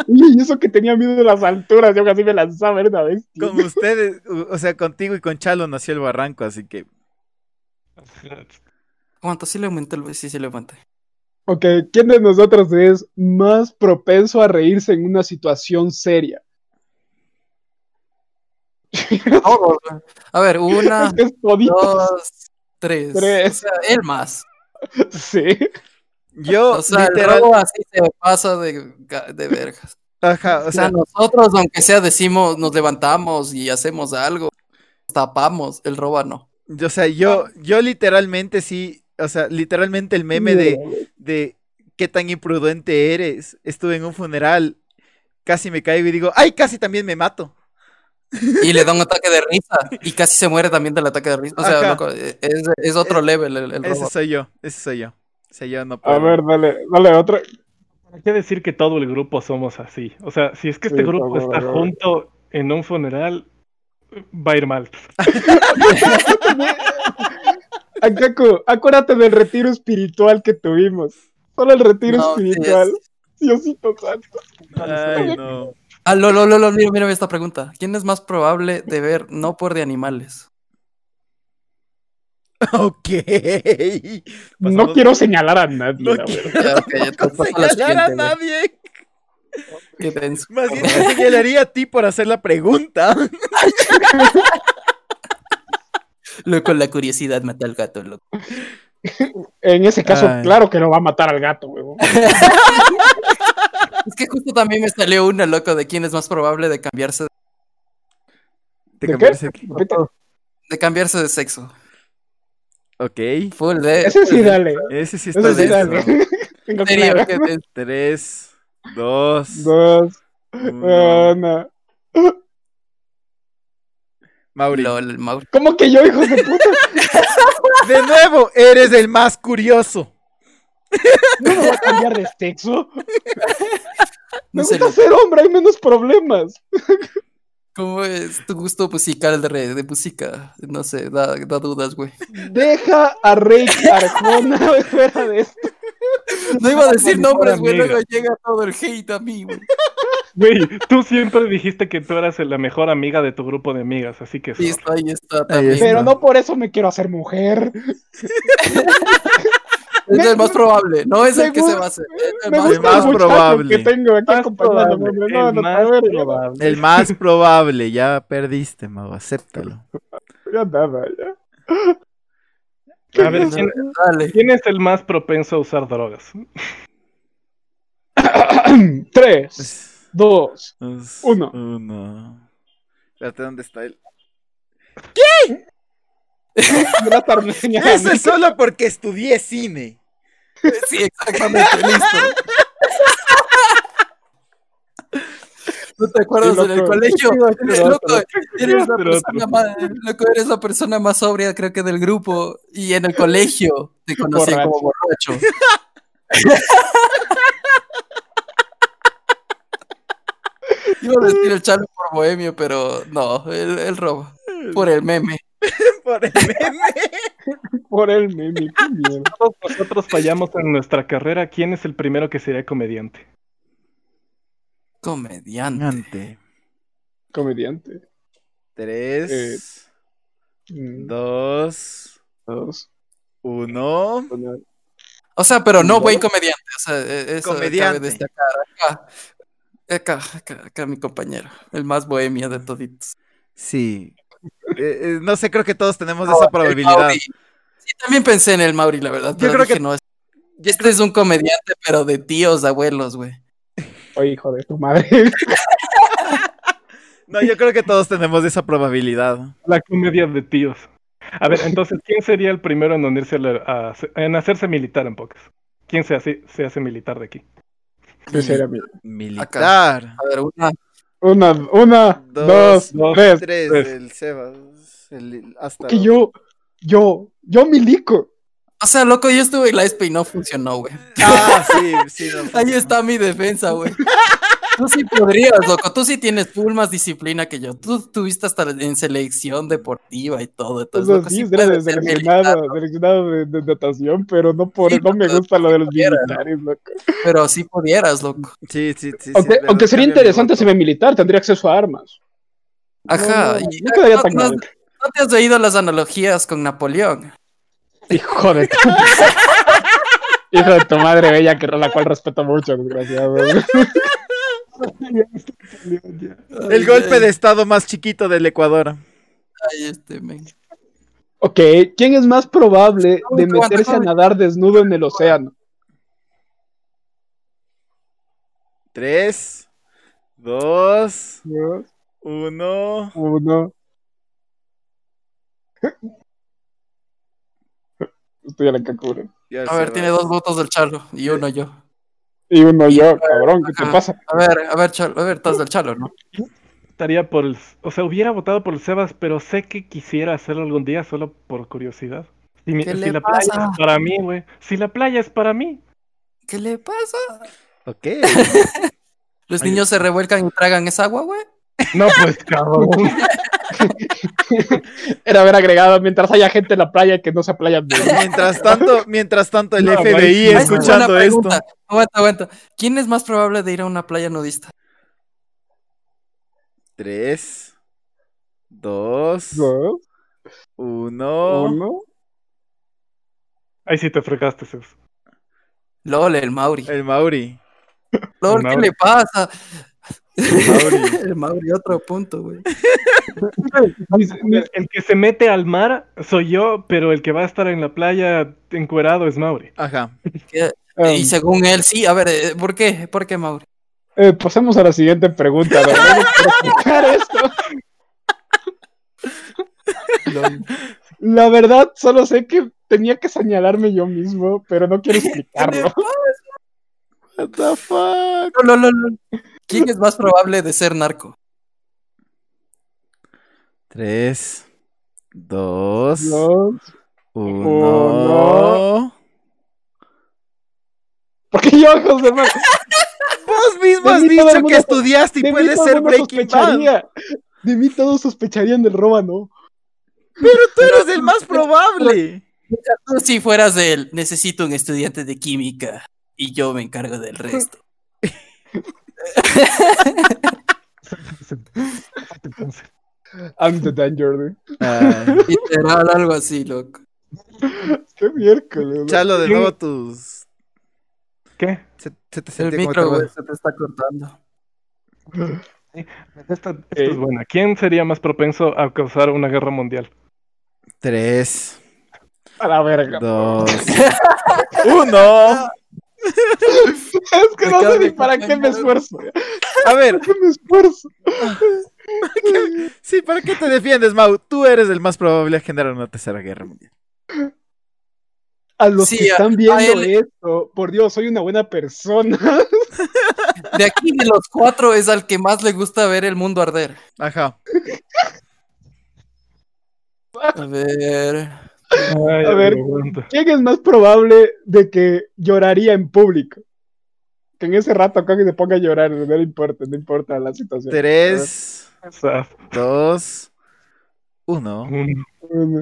Oye, y eso que tenía miedo de las alturas, yo casi me lanzaba era una vez. Con ustedes, u- o sea, contigo y con Chalo nació el barranco, así que ¿Cuánto? Sí le aumenté, el- sí, sí le aumenté. Ok, ¿quién de nosotros es más propenso a reírse en una situación seria? A ver, una, Ah. (laughs) Es que es todito. dos, tres. Tres. O sea, él más. Sí. yo O sea, el literal, robo así se pasa de, ga- de vergas. ajá, O sea, nosotros, aunque sea, decimos, nos levantamos y hacemos algo, tapamos, el roba no. O sea, yo, yo literalmente sí, o sea, literalmente el meme de, de qué tan imprudente eres. Estuve en un funeral, casi me caigo y digo, ay, casi también me mato. Y le da un ataque de risa y casi se muere también del ataque de risa. O sea, Ajá. loco, eh, es, es otro level el, el Ese robo. soy yo, ese soy yo. O sea, yo no puedo. A ver, dale, dale otro. ¿Para qué decir que todo el grupo somos así? O sea, si es que este Sí, grupo por favor, está por favor. junto en un funeral, va a ir mal. Akaku, acuérdate del retiro espiritual que tuvimos. Solo el retiro No, sí, espiritual. es- Diosito santo. Ay, no. Ah, lo, lo, lo, lo, mira, mira esta pregunta. ¿Quién es más probable de ver no por de animales? Ok. No Pasamos- quiero señalar a (laughs) nadie. No la verdad. quiero Ya, (laughs) ok, (laughs) ya te paso a la señalar a siguiente, güey. nadie. Qué denso. Más (laughs) bien te señalaría a ti por hacer la pregunta. Loco, la curiosidad mata al gato, loco. En ese caso, Ay. claro que lo va a matar al gato, (laughs) huevón. Es que justo también me salió una, loco, de quién es más probable de cambiarse, Te ¿De qué? cambiarse aquí. Repite. de cambiarse de sexo. Ok. Full de. Ese sí, dale. Ese sí está Ese sí, listo. dale. (laughs) Tengo en (laughs) serio, claro. qué denso. Tres, dos, Dos, eh, uno. uno. Mauri. Lol, el Mauri. ¿Cómo que yo, hijos de puta? De nuevo, eres el más curioso. ¿No me va a cambiar de sexo? Me No sé, gusta ser hombre, hay menos problemas. ¿cómo es tu gusto musical de, re- de música? No sé, da, da dudas, güey. Deja a Rey Arjona (laughs) fuera de esto. No iba a decir mejor nombres, güey, amiga. luego llega todo el hate a mí, güey. Güey, tú siempre dijiste que tú eras la mejor amiga de tu grupo de amigas, así que... sorry. Listo, ahí está Ahí también. está. Pero no por eso me quiero hacer mujer. Es el más probable, no es el que se Seguro- va a hacer. es el Me más gusta probable. el muchacho probable. que tengo aquí Más acompañándome. probable, No, el no, más a ver, probable. (laughs) El más probable, ya perdiste, mago, (laughs) acéptalo. ya nada, ya. A ver, ¿quién, (laughs) Dale. quién es el más propenso a usar drogas? Tres, (laughs) dos. Uno. Uno. Espérate, ¿dónde está él? Una tardeña. (laughs) Eso es solo porque estudié cine. Sí, exactamente, listo. ¿No te acuerdas Sí, en el loco. colegio? Sí, loco, Eres loco. loco, eres la Otro, persona otro. más, loco, eres la persona más sobria, creo que del grupo. Y en el colegio te conocí como borracho. Iba a decir el chalo por bohemio, pero no, él, él roba. Eh, Por el meme. Por el meme. Por el meme, qué mierda. Todos nosotros fallamos en nuestra carrera. ¿Quién es el primero que sería comediante? (laughs) Comediante. Ante. Comediante. Tres, Eh. Mm, dos, Dos. uno. Bueno, O sea, pero no buen comediante. O sea, e- eso Comediante. cabe destacar acá. Acá, acá, acá mi compañero, el más bohemia de toditos. Sí. Eh, eh, no sé, creo que todos tenemos Ah, esa probabilidad. Mauri. Sí, también pensé en el Mauri, la verdad. Yo pero creo dije, que- no, es- este es un comediante, pero de tíos, de abuelos, güey. Oye, hijo de tu madre. (laughs) No, yo creo que todos tenemos esa probabilidad. La comedia de tíos. A ver, entonces, ¿quién sería el primero en unirse a la- a, en hacerse militar en pocas? ¿Quién se hace, se hace militar de aquí? Ese era mi- Militar. A ver, una. Una, una, Dos, dos, dos, tres. Tres, Tres. el Sebas. El, hasta Que yo, yo, yo milico. O sea, loco, yo estuve en la ESPE y no funcionó, güey. Ah, sí, sí. no, (laughs) Ahí no. está mi defensa, güey. Tú sí podrías, loco. Tú sí tienes full más disciplina que yo. Tú estuviste hasta en selección deportiva y todo. Entonces, Los loco, Pues sí días era puedes ser militar, seleccionado, seleccionado de, de natación, pero no por Sí, no me pero- gusta lo de los Era, militares, loco. pero sí pudieras, loco. Sí, sí, sí. Aunque, sí, pero aunque sería cambia mi interesante voto. si me militar, tendría acceso a armas. No, Ajá. no, y- no quedaría tan no- mal. ¿No te has oído las analogías con Napoleón? Hijo de tu Hijo de tu madre bella, que, la cual respeto mucho, desgraciado. El golpe de estado más chiquito del Ecuador. Ay, este, men. ok, ¿quién es más probable de Aguanta, meterse a aguanta. nadar desnudo en el océano? Tres, dos, Dos, uno. Uno. Estoy a la cacura. y el A ver, Sebas. tiene dos votos del Chalo y uno yo. Y uno yo, cabrón, ¿qué te Ajá. pasa? A ver, a ver, Chalo, a ver, estás del Chalo, ¿no? Estaría por el, o sea, hubiera votado por el Sebas, pero sé que quisiera hacerlo algún día solo por curiosidad. Si, mi- ¿Qué si le la playa pasa? es para mí, güey. Si la playa es para mí. ¿Qué le pasa? Ok. Los Ay, niños se revuelcan y tragan esa agua, güey. No, (laughs) pues cabrón. Era haber agregado mientras haya gente en la playa que no sea playa. (laughs) Mientras tanto, mientras tanto el No, güey. FBI Ah, Esa es una escuchando esto. pregunta. Aguanta, aguanta. ¿Quién es más probable de ir a una playa nudista? Tres, dos, Dos, uno. uno. Ahí sí te fregaste, Sebas. LOL, el Mauri. El Mauri. el LOL, ¿qué Mauri. le pasa? El Mauri. (laughs) El Mauri, otro punto, güey. Mis- mis- El que se mete al mar soy yo, pero el que va a estar en la playa encuerado (laughs) es Mauri. Ajá. Y em, según él, sí. A ver, eh, ¿por qué? ¿Por qué, Mauri? eh, pasemos a la siguiente pregunta. a ver, vamos a explicar esto. La verdad, solo sé que tenía que señalarme yo mismo, pero Ah, no quiero (laughs) explicarlo. What the fuck? No, no, no, no. ¿Quién es más probable de ser narco? Tres, dos, Dos. uno. Porque yo, José Manuel, Vos mismo De has mí todo el dicho que mundo- estudiaste y de mí puedes todo el ser mundo Breaking Bad. sospecharía. De mí todos sospecharían del róbano. Pero tú eres el más probable. Tú si fueras de él, necesito un estudiante de química y yo me encargo del resto. I'm the danger, dude. (laughs) Literal, algo así, loco. Qué miércoles. (laughs) ¿no? Chalo, de nuevo tus. ¿Qué? Se, se te El sentía como micro, güey, trabado. se te está cortando. Esta, esta es buena. ¿Quién sería más propenso a causar una guerra mundial? Tres, A la verga. dos, (laughs) uno. (laughs) Es que Me no acabo sé ni de para qué me acompañar. esfuerzo. (laughs) ¿Para A ver, qué me esfuerzo? sí, ¿para qué te defiendes, Mau? Tú eres el más probable a generar una tercera guerra mundial. A los Sí, que a- están viendo a él- esto, por Dios, soy una buena persona. (laughs) De aquí de los cuatro es al que más le gusta ver el mundo (laughs) arder. Ajá. A ver. Ay, A ver. no aguanto. ¿Quién es más probable de que lloraría en público? Que en ese rato acá que se ponga a llorar, no le importa, no importa la situación. (laughs) Tres, Zaf. dos, uno. Mm.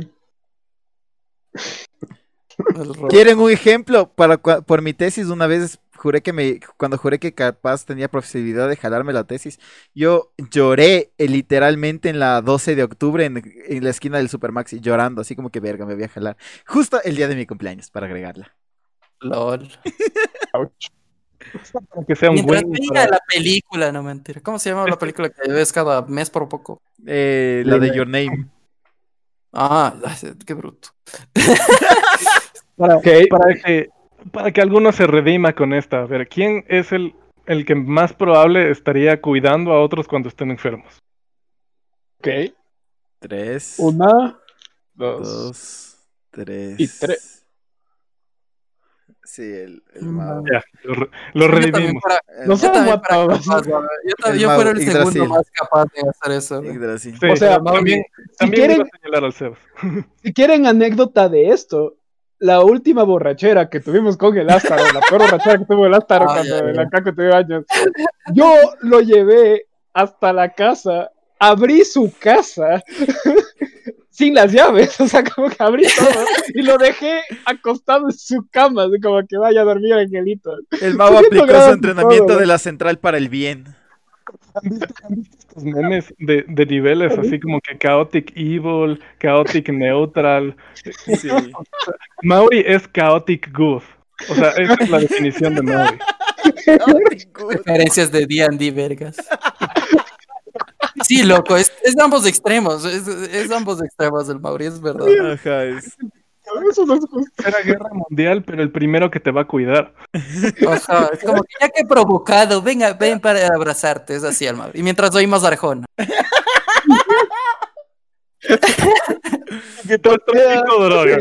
El Ro- ¿Quieren un ejemplo? Para cua- por mi tesis, una vez juré que me. Cuando juré que capaz tenía posibilidad de jalarme la tesis, yo lloré eh, literalmente en la 12 de octubre en, en la esquina del Supermaxi, llorando, así como que verga, me voy a jalar. Justo el día de mi cumpleaños, para agregarla. LOL. Que sea un Mientras buen. veía para- la película, no mentira. ¿Cómo se llama la película que ves cada mes por poco? Eh, la de Your Name. Ah, qué bruto. para- Ok, para que, para que alguno se redima con esta. A ver, ¿quién es el, el que más probable estaría cuidando a otros cuando estén enfermos? ok. Tres, Una, dos. dos, tres. Y tres. Mm, Sí, el, el Mau. Ya, lo, re- lo Yo también redimimos. fuera, El No yo sé. también what fuera the- capaz, güey. Yo, tam- El yo mago fuera el segundo Yggdrasil. más capaz de hacer eso. güey. Yggdrasil. Sí, O sea, también, también quieren- iba a señalar al Sebas. Si quieren anécdota de esto, la última borrachera que tuvimos con el Ástaro, la peor borrachera que tuvo el Ástaro Ah, cuando ya, ya. el Acaco tenía años, yo lo llevé hasta la casa, abrí su casa (laughs) sin las llaves, o sea, como que abrí todo y lo dejé acostado en su cama, así como que vaya a dormir angelito. El (laughs) Mau aplicó su Lograron entrenamiento todo, de la central para el bien. ¿Han visto, han visto estos memes de, de niveles así como que Chaotic Evil, Chaotic Neutral? Sí. Maui es Chaotic Goof. O sea, esa es la definición de Maui. Referencias de D&D, vergas. Sí, loco, es, es de ambos extremos. Es, es de ambos extremos del Mauri, es verdad. Ajá, es- Eso no es justo. Era guerra mundial, pero el primero que te va a cuidar. Ajá, es como que ya que he provocado, venga, ven para abrazarte. Es así el Mauri. Y mientras oímos Arjona. Que todo este esto es pico droga.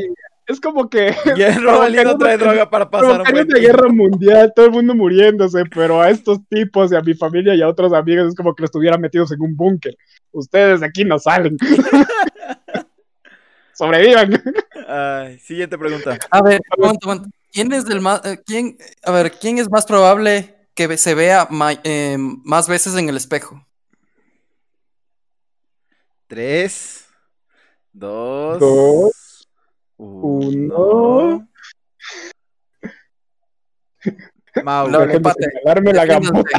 Es como que Y el Robalino trae droga para pasar un provocaría buen una tiempo. guerra mundial, todo el mundo muriéndose, pero a estos tipos y a mi familia y a otros amigos es como que los tuvieran metidos en un búnker. Ustedes de aquí no salen. Sobrevivan. Ay, siguiente pregunta. A ver, aguanta, aguanta. ¿Quién es el más, eh, quién, a ver, quién es más probable que ve- se vea ma- eh, más veces en el espejo? Tres, dos, Dos, uno. Mau, No, Déjenme empate. señalarme la gambota.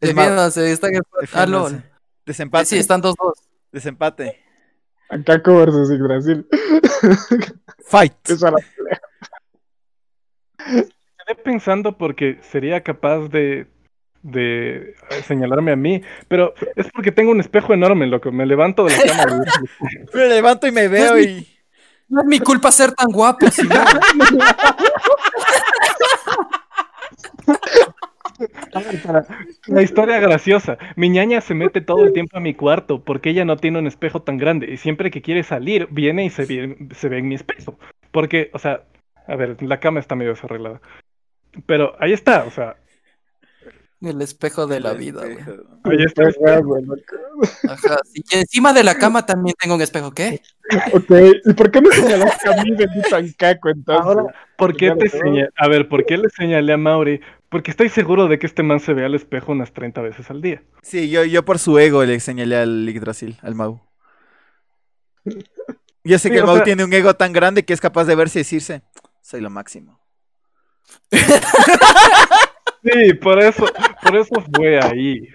Defiéndanse. Es más, Defiéndanse, están en- Ah, defiéndanse. no. Desempate. Sí, están dos dos. Desempate. Akako versus Yggdrasil. Fight. Eso era- Me quedé pensando porque sería capaz de, de señalarme a mí, pero es porque tengo un espejo enorme, loco. Me levanto de la cama. Me levanto y me veo y. No es mi culpa ser tan guapo, Simón. (laughs) La historia graciosa. Mi ñaña se mete todo el tiempo a mi cuarto porque ella no tiene un espejo tan grande y siempre que quiere salir viene y se ve, se ve en mi espejo. Porque, o sea, a ver, la cama está medio desarreglada. Pero ahí está, o sea, El espejo de la Este, vida, güey. Espejo. ahí está. Qué huevo, loco. Ajá. sí, Y encima de la cama también tengo un espejo, ¿qué? Ok, ¿y por qué me señalaste a mí de Akako entonces? Ahora, ¿por qué te señal- A ver, ¿por qué le señalé a Mauri? Porque estoy seguro de que este man se ve al espejo unas 30 veces al día. Sí, yo, yo por su ego le señalé al Yggdrasil, al Mau. Yo sé Sí, que el o Mau sea- tiene un ego tan grande que es capaz de verse y decirse, soy lo máximo. Sí, por eso, por eso fue ahí.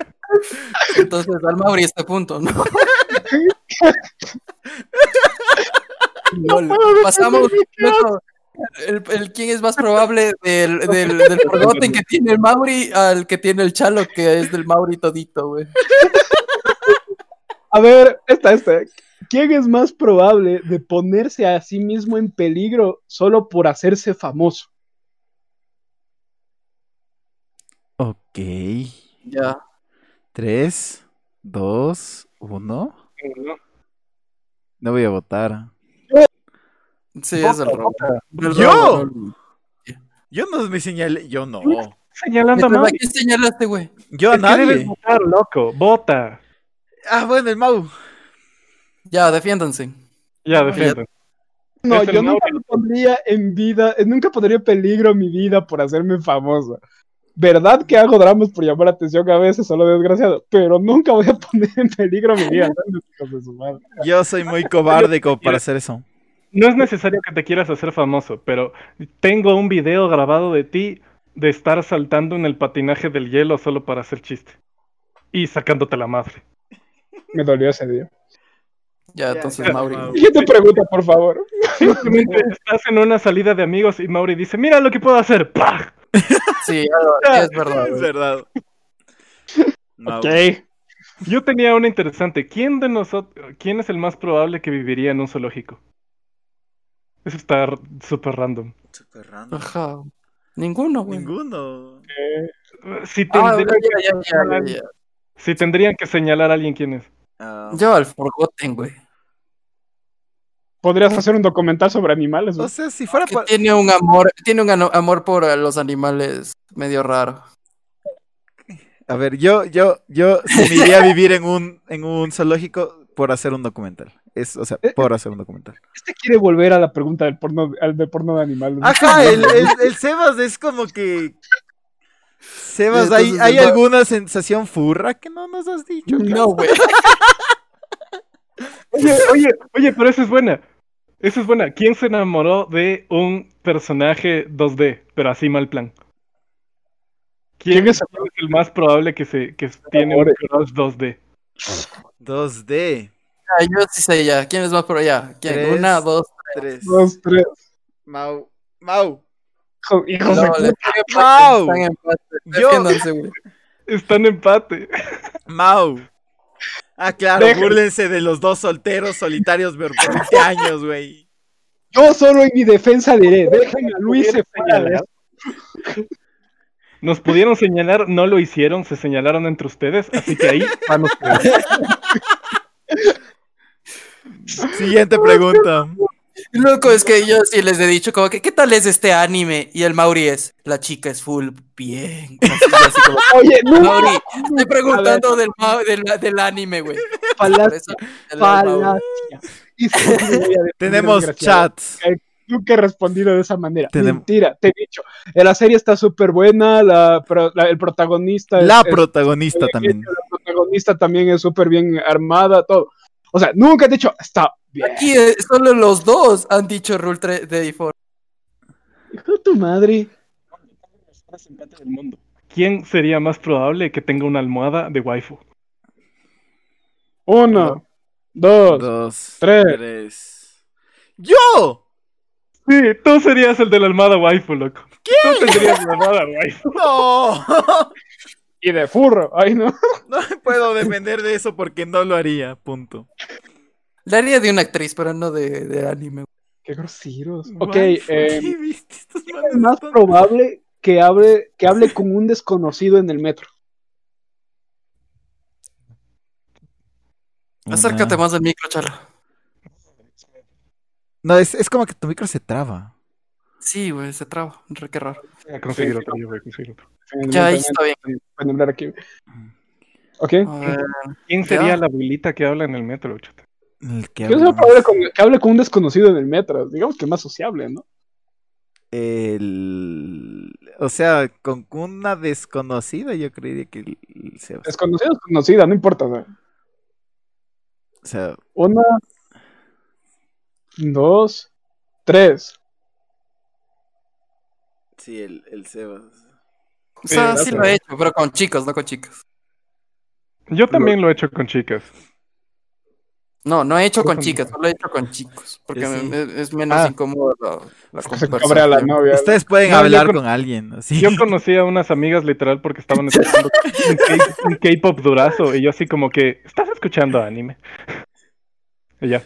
Entonces, al Mauri este punto, ¿no? Lol. Pasamos nuestro- el, el quién es más probable del, del, del forgotten que tiene el Mauri al que tiene el Chalo, que es del Mauri todito, güey. A ver, esta, esta. ¿Quién es más probable de ponerse a sí mismo en peligro solo por hacerse famoso? Ok. Ya. 3, 2, 1. No voy a votar. Sí, es el robo. El ¿Yo? robo, no. Yo no me señalé. Yo no. Señalando a Entonces, ¿A Mauri. quién señalaste, güey? Yo a Es que debes nadie. votar, loco. Vota. Ah, bueno, el Mau. Ya, defiéndanse. Ya, No, defiende. No, Es el yo nunca Mauri. me pondría en vida, eh, nunca pondría en peligro mi vida por hacerme famoso. Verdad que hago dramas por llamar atención a veces, solo desgraciado, pero nunca voy a poner en peligro mi vida. ¿sabes? Hijos de su madre. Yo soy muy cobarde como (laughs) para hacer eso. No es necesario que te quieras hacer famoso, pero tengo un video grabado de ti de estar saltando en el patinaje del hielo solo para hacer chiste. Y sacándote la madre. Me dolió ese día. Ya, Ya, entonces, ya, Mauri. Mauri. Siguiente pregunta, por favor. Simplemente estás en una salida de amigos y Mauri dice, mira lo que puedo hacer. ¡Pah! Sí, ya, ya es verdad, Es (laughs) güey. verdad. Mau. Yo tenía una interesante. ¿Quién de nosotros, quién es el más probable que viviría en un zoológico? Eso está r- súper random. Súper random. Ajá. Ninguno, güey. Ninguno. Si Ah, tendrían, ya, ya, ya, ya, ya. si tendrían que señalar a alguien quién es. Ah, Yo al Forgotten, güey. Podrías hacer un documental sobre animales. ¿no? o sea, si (laughs) fuera Que pa- tiene un amor, tiene un ano- amor por eh, los animales medio raro. A ver, yo, yo, yo sí me iría a vivir en un, en un zoológico por hacer un documental. Es, o sea, por hacer un documental. Este quiere volver a la pregunta del porno, al de porno de animales. ¿no? (laughs) Ajá, el, el- el Sebas es como que. Sebas, ¿hay, Entonces, hay no- alguna sensación furra que no nos has dicho? No, (laughs) güey. Oye, oye, oye, pero esa es buena. Esa es buena. ¿Quién se enamoró de un personaje 2D, pero así mal plan? ¿Quién, ¿Quién es el- quién es el más probable que se que tiene un enamore? crush 2D? 2D, Ya, Ah, yo sí sé ya. ¿Quién es más por allá? ¿Quién? Tres. Una, (laughs) dos. 3. Dos, tres. Mau. Mau. hijo- Hijos No, de le- Mau. Están en empate. Yo- Defiéndanse, güey. Está en empate. Mau. Ah, claro, Deja- búrlense de los dos solteros solitarios de 20 años, güey. Yo solo en mi defensa diré, dejen a Luis se fuera de esto. Nos pudieron señalar, no lo hicieron, se señalaron entre ustedes, así que (laughs) ahí van ustedes. Siguiente pregunta. Loco, es que yo sí les he dicho, como que, ¿qué tal es este anime? Y el Mauri es, la chica es full bien. (laughs) Así, así como, Oye, no, Mauri, (laughs) estoy preguntando del, ma- del, del anime, güey. Por palacio, eso, el Mauri. palacia. (laughs) Y sí, sí, voy a decir, Tenemos desgraciado. chats. Nunca he respondido de esa manera. Tenem- Mentira, te he dicho. eh, La serie está súper buena, la, pro- la- el protagonista. es- La es- protagonista también. La protagonista también es súper bien armada, todo. O sea, nunca te he dicho, está bien. Aquí eh, solo los dos han dicho Rule 3 de 4. Hijo de tu madre. ¿Quién sería más probable que tenga una almohada de waifu? Uno, dos. Dos. tres. tres. ¡Yo! Sí, tú serías el de la almohada waifu, loco. Tú tendrías la almohada waifu. ¡No! (laughs) Y de furro, ay no. (laughs) No me puedo defender de eso porque no lo haría. Punto. La haría de una actriz, pero no de, de anime. Qué groseros. Guau, Ok, ¿por (laughs) eh. qué viste estos es manes más tan- probable que hable, que hable con un desconocido en el metro. Acércate Una- más al micro, Chalo. No, es, es como que tu micro se traba. Sí, güey, se traba. Re- Qué raro. (laughs) Voy a conseguir otro, yo voy a conseguir otro. Ya, ahí está bien. Pueden hablar aquí. Ah, Ok. A ver, ¿Quién sería la abuelita que habla en el metro, chuta? El que ¿Qué es habla más probable con- que hable con un desconocido en el metro? Digamos que más sociable, ¿no? El... O sea, con una desconocida yo creería que el- el Sebas- Desconocido o desconocida, no importa. ¿no? O sea, Una, dos, tres. sí, el, el Sebas. O sea, Sí, sí lo he hecho, pero con chicos, no con chicas. Yo también lo he hecho con chicas. No, no he hecho Yo con también. chicas, solo he hecho con chicos. Porque Yo sí. me- es- es menos Ah. incómodo la, (laughs) la Se cabrea la conversación. novia. Ustedes pueden No, yo hablar con- con alguien, así. (laughs) (laughs) Yo conocí a unas amigas literal porque estaban (laughs) escuchando un K- un K-pop durazo y yo así como que, ¿estás escuchando anime? (laughs) Y ya.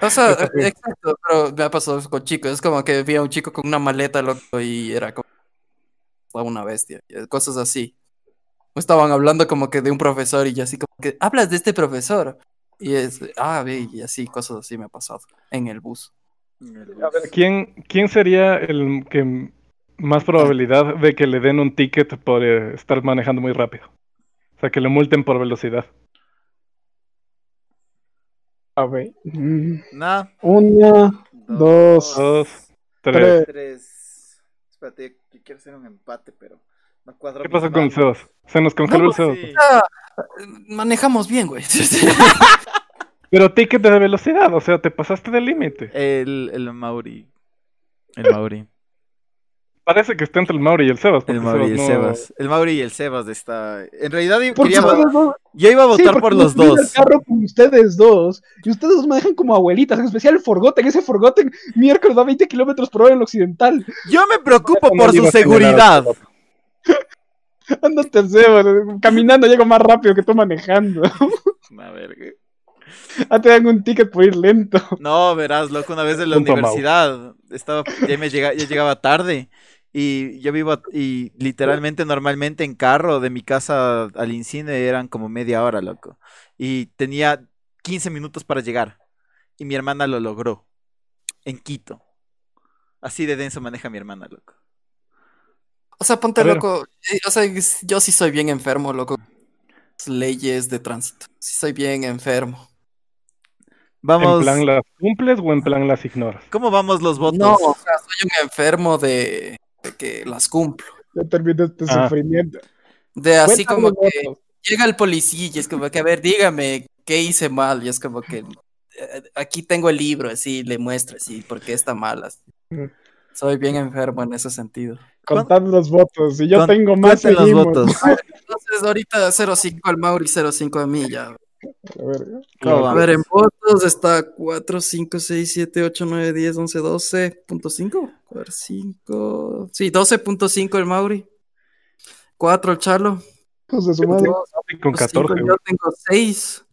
O sea, Eso sí. exacto, pero me ha pasado con chicos. Es como que vi a un chico con una maleta, loco, y era como estaba una bestia. y Cosas así. O Estaban hablando como que de un profesor y yo así como que, ¿hablas de este profesor? Y es, ah, ve, y así, cosas así me ha pasado en el bus. A ver, ¿Quién, quién sería el que m- más probabilidad de que le den un ticket por eh, estar manejando muy rápido? O sea, que le multen por velocidad. a ver. Mm, Una, Una. Dos. Dos, tres. Eh. Tres. tres. Espérate, que quiero hacer un empate, pero no cuadro. ¿Qué mis pasó con el manos. Sebas? Se nos congeló No, pues, el Sebas. sí. Ah, manejamos bien, güey. (laughs) Pero ticket de velocidad, o sea, te pasaste del límite. El, el Mauri. El Mauri. Parece que está entre el Mauri y el Sebas. porque El Mauri y el no- Sebas. El Mauri y el Sebas está. En realidad yo Porque quería vo- ustedes dos- yo iba a sí, votar porque por yo los estoy en dos. el carro con ustedes dos. Y ustedes dos me dejan como abuelitas. En especial el Forgotten. Ese Forgotten miércoles va a 20 kilómetros por hora en el occidental. (laughs) Yo me preocupo Como por su le iba a señalar a seguridad. Ándate, Sebas. Caminando llego más rápido que tú manejando. A ver, ¿qué? (laughs) Ah, te dan un ticket por ir lento. (laughs) No, verás, loco, una vez en la Punto, Mau. universidad estaba, ya me llega, ya llegaba tarde y yo vivo a- y literalmente normalmente en carro de mi casa al incine eran como media hora, loco, y tenía 15 minutos para llegar y mi hermana lo logró en Quito. Así de denso maneja mi hermana, loco. O sea, ponte A ver. loco. eh, O sea, es- yo sí soy bien enfermo, loco. Las Leyes de tránsito. Sí soy bien enfermo. ¿En Vamos, plan las cumples o en plan las ignoras? ¿cómo vamos los votos? No, o sea, soy un enfermo de, de que las cumplo. Ya terminó este Ah. sufrimiento. De así Cuéntame como los que votos. llega el policía y es como que, a ver, dígame, ¿qué hice mal? Y es como que, eh, aquí tengo el libro, así, le muestro, así, por qué está mal. así. Ujú. Soy bien enfermo en ese sentido. Contad los votos. Y yo Con- tengo más. cuenten los seguimos. votos. Entonces, ahorita 05 al Mauri, 05 a mí ya. A ver, ¿Cómo A vamos? ver, en votos está 4, 5, 6, 7, 8, 9, 10, 11, 12.5. A ver, 5. Sí, 12.5 el Mauri. 4 el Chalo. hijos de su madre. Con Los cinco, 14. güey. yo tengo 6.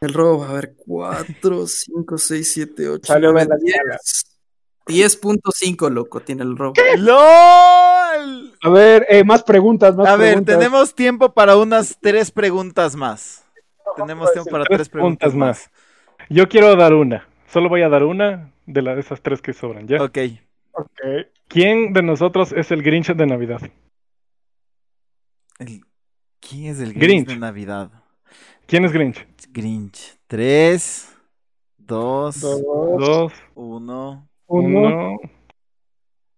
El robo, a ver, 4, 5, 6, 7, 8. Salió bien la 10.5, loco, tiene el robo. ¡Lol! A ver, eh, más preguntas, más A ver, preguntas. tenemos tiempo para unas tres preguntas más. Tenemos tiempo para Tres tres preguntas preguntas más. Yo quiero dar una. Solo voy a dar una de, la, de esas tres que sobran, ¿ya? Ok. Ok. ¿Quién de nosotros es el Grinch de Navidad? El- ¿Quién es el Grinch, Grinch. de Navidad? ¿Quién es Grinch? Grinch. Tres, dos, Dos, Dos, uno. uno. uno.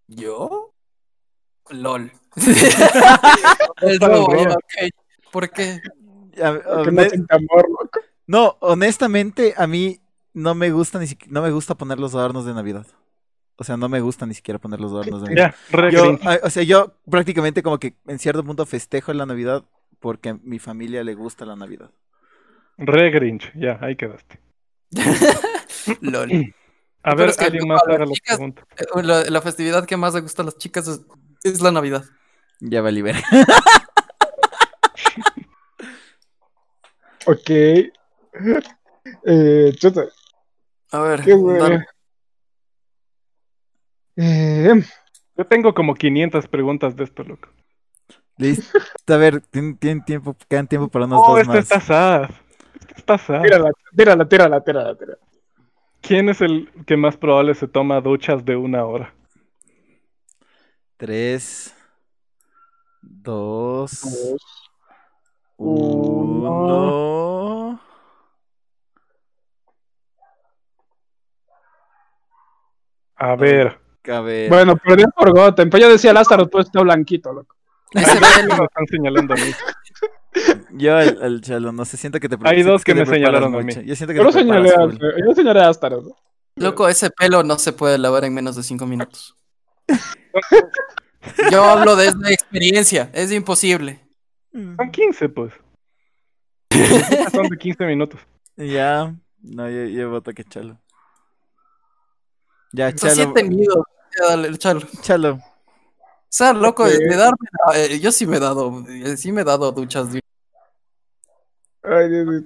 ¿Yo? LOL. El (laughs) el robo, robo. ya, ok. ¿Por qué? A- a- Que no me- sienta amor, loco. no, honestamente, a mí no me gusta ni siquiera, no me gusta poner los adornos de Navidad. O sea, no me gusta ni siquiera poner los adornos de Navidad. Ya, re Yo, Grinch. a- o sea, yo prácticamente como que en cierto punto festejo la Navidad porque a mi familia le gusta la Navidad. Re Grinch. Ya, ahí quedaste. (laughs) LOL. A Pero ver, es que alguien luego más a las haga las chicas- preguntas. (laughs) La, la festividad que más le gusta a las chicas es, es la Navidad. Ya va a liberar. Ok. (laughs) Eh, chuta, A ver, qué bueno. (laughs) dale. Eh, Yo tengo como 500 preguntas de esto, loco. Listo. A ver, tienen, tienen tiempo, quedan tiempo para unas Oh, dos esta más. está sad. Esta está sad. tírala, tírala, tírala, tírala, tírala. ¿Quién es el que más probable se toma duchas de una hora? Tres, dos, Dos. uno. A ver. A ver. Bueno, perdió por Goten. Pues yo decía Lázaro, tú estás blanquito, loco. Hay dos que me están señalando a mí. Yo al, al chalo, no sé, siento que te pre- Hay siento dos que te me preparas señalaron a mí. mucho. Yo siento que Yo lo te señalé, preparas a- full. yo señalé a Lázaro. ¿no? (laughs) Loco, ese pelo no se puede lavar en menos de 5 minutos. Yo hablo desde experiencia, es imposible. Son (laughs) 15, pues. Son de 15 minutos. Ya, no, yo, yo voto que Chalo. Ya, Son Chalo. siete miedos. Ya, dale, chalo. Chalo. O sea, loco, Ok. de darme. eh, yo sí me he dado. eh, sí me he dado duchas. de- Ay, Dios mío.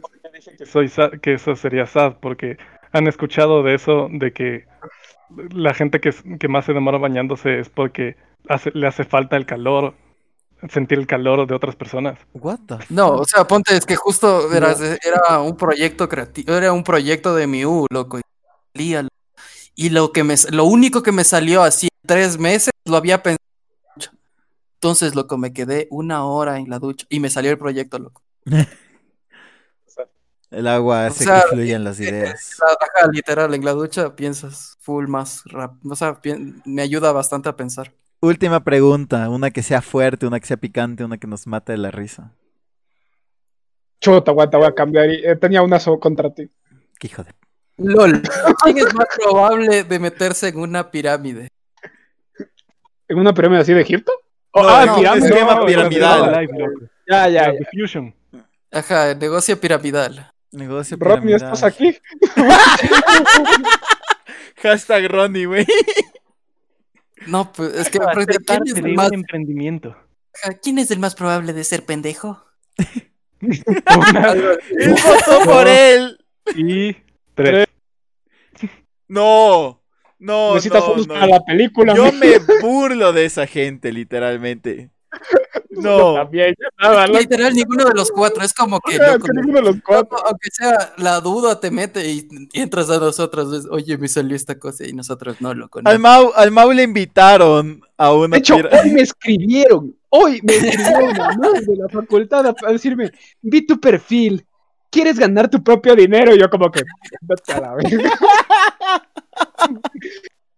que soy sad- que eso sería sad porque han escuchado de eso de que la gente que, es- que más se demora bañándose es porque hace- le hace falta el calor sentir el calor de otras personas What the f- No, o sea, ponte, es que justo verás, eh, era un proyecto creativo. Era un proyecto de mi U, loco. y salía, lo- Y lo, que me, s- lo único que me salió así en tres meses lo había pensado. mucho. Entonces, loco, me quedé una hora en la ducha y me salió el proyecto, loco. El agua hace sea, que fluyan las ideas. La- ajá, literal, en la ducha piensas full más rápido. O sea, pien- me ayuda bastante a pensar. Última pregunta, una que sea fuerte, una que sea picante, una que nos mate de la risa. Chuta, guata, voy a cambiar. y- eh, tenía una solo contra ti. Qué hijo de... LOL. (laughs) ¿Quién es más probable de meterse en una pirámide? ¿En una pirámide así de Egipto? Oh, No, ah, no, pirámide. es esquema No, piramidal. no, Live lock, Ya, ya, la ya. diffusion. Ajá, el negocio piramidal. Negocio Rodney, piramidal. ¿estás aquí? Hashtag Ronnie, güey. No, pues es que Hacer pero ¿quién parte es, de el más, un emprendimiento ajá, ¿quién es el más probable de ser pendejo? (laughs) Una, Él votó por él. y tres No, no, Necesitas no, fotos no. para la película. Yo amigo. me burlo de esa gente, literalmente. No, (laughs) También, ya (laughs) nada, loco. Literal, ninguno de los cuatro. Es como que, Ah, loco, que ninguno de los cuatro. loco, aunque sea la duda te mete y entras a nosotros. ves, Oye, me salió esta cosa y nosotros no, loco. no". al Mau, al Mau le invitaron a una De hecho, pira- hoy me escribieron, hoy me escribieron mamás de la facultad a, a decirme, vi tu perfil, ¿quieres ganar tu propio dinero? Y yo como que, vete a la verga.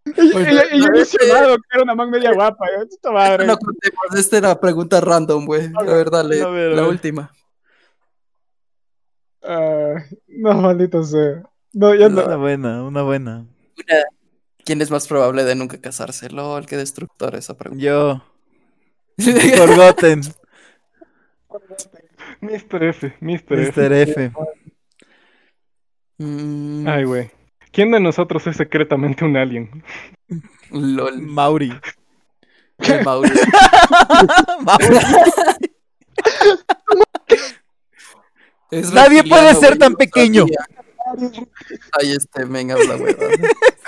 Y- y- y yo la vez que- emocionado, que era una man media guapa. yo, "Puta madre". No contemos, esta era pregunta random, güey. La verdad, le- a ver, a la ver. última. Ah, no, maldito sea. No, ya no. (laughs) Una buena, una buena. ¿Quién es más probable de nunca casarse? LOL, qué destructor esa pregunta. Yo, Forgotten, Mr. F Mr. F Mr. F. (laughs) Mm, ay güey ¿quién de nosotros es secretamente un alien? (laughs) (laughs) LOL, Mauri. el Mauri. Mauri. Es Nadie reptiliano, puede ser güey, tan yo pequeño. sabía. Ay, este, venga, la huevada.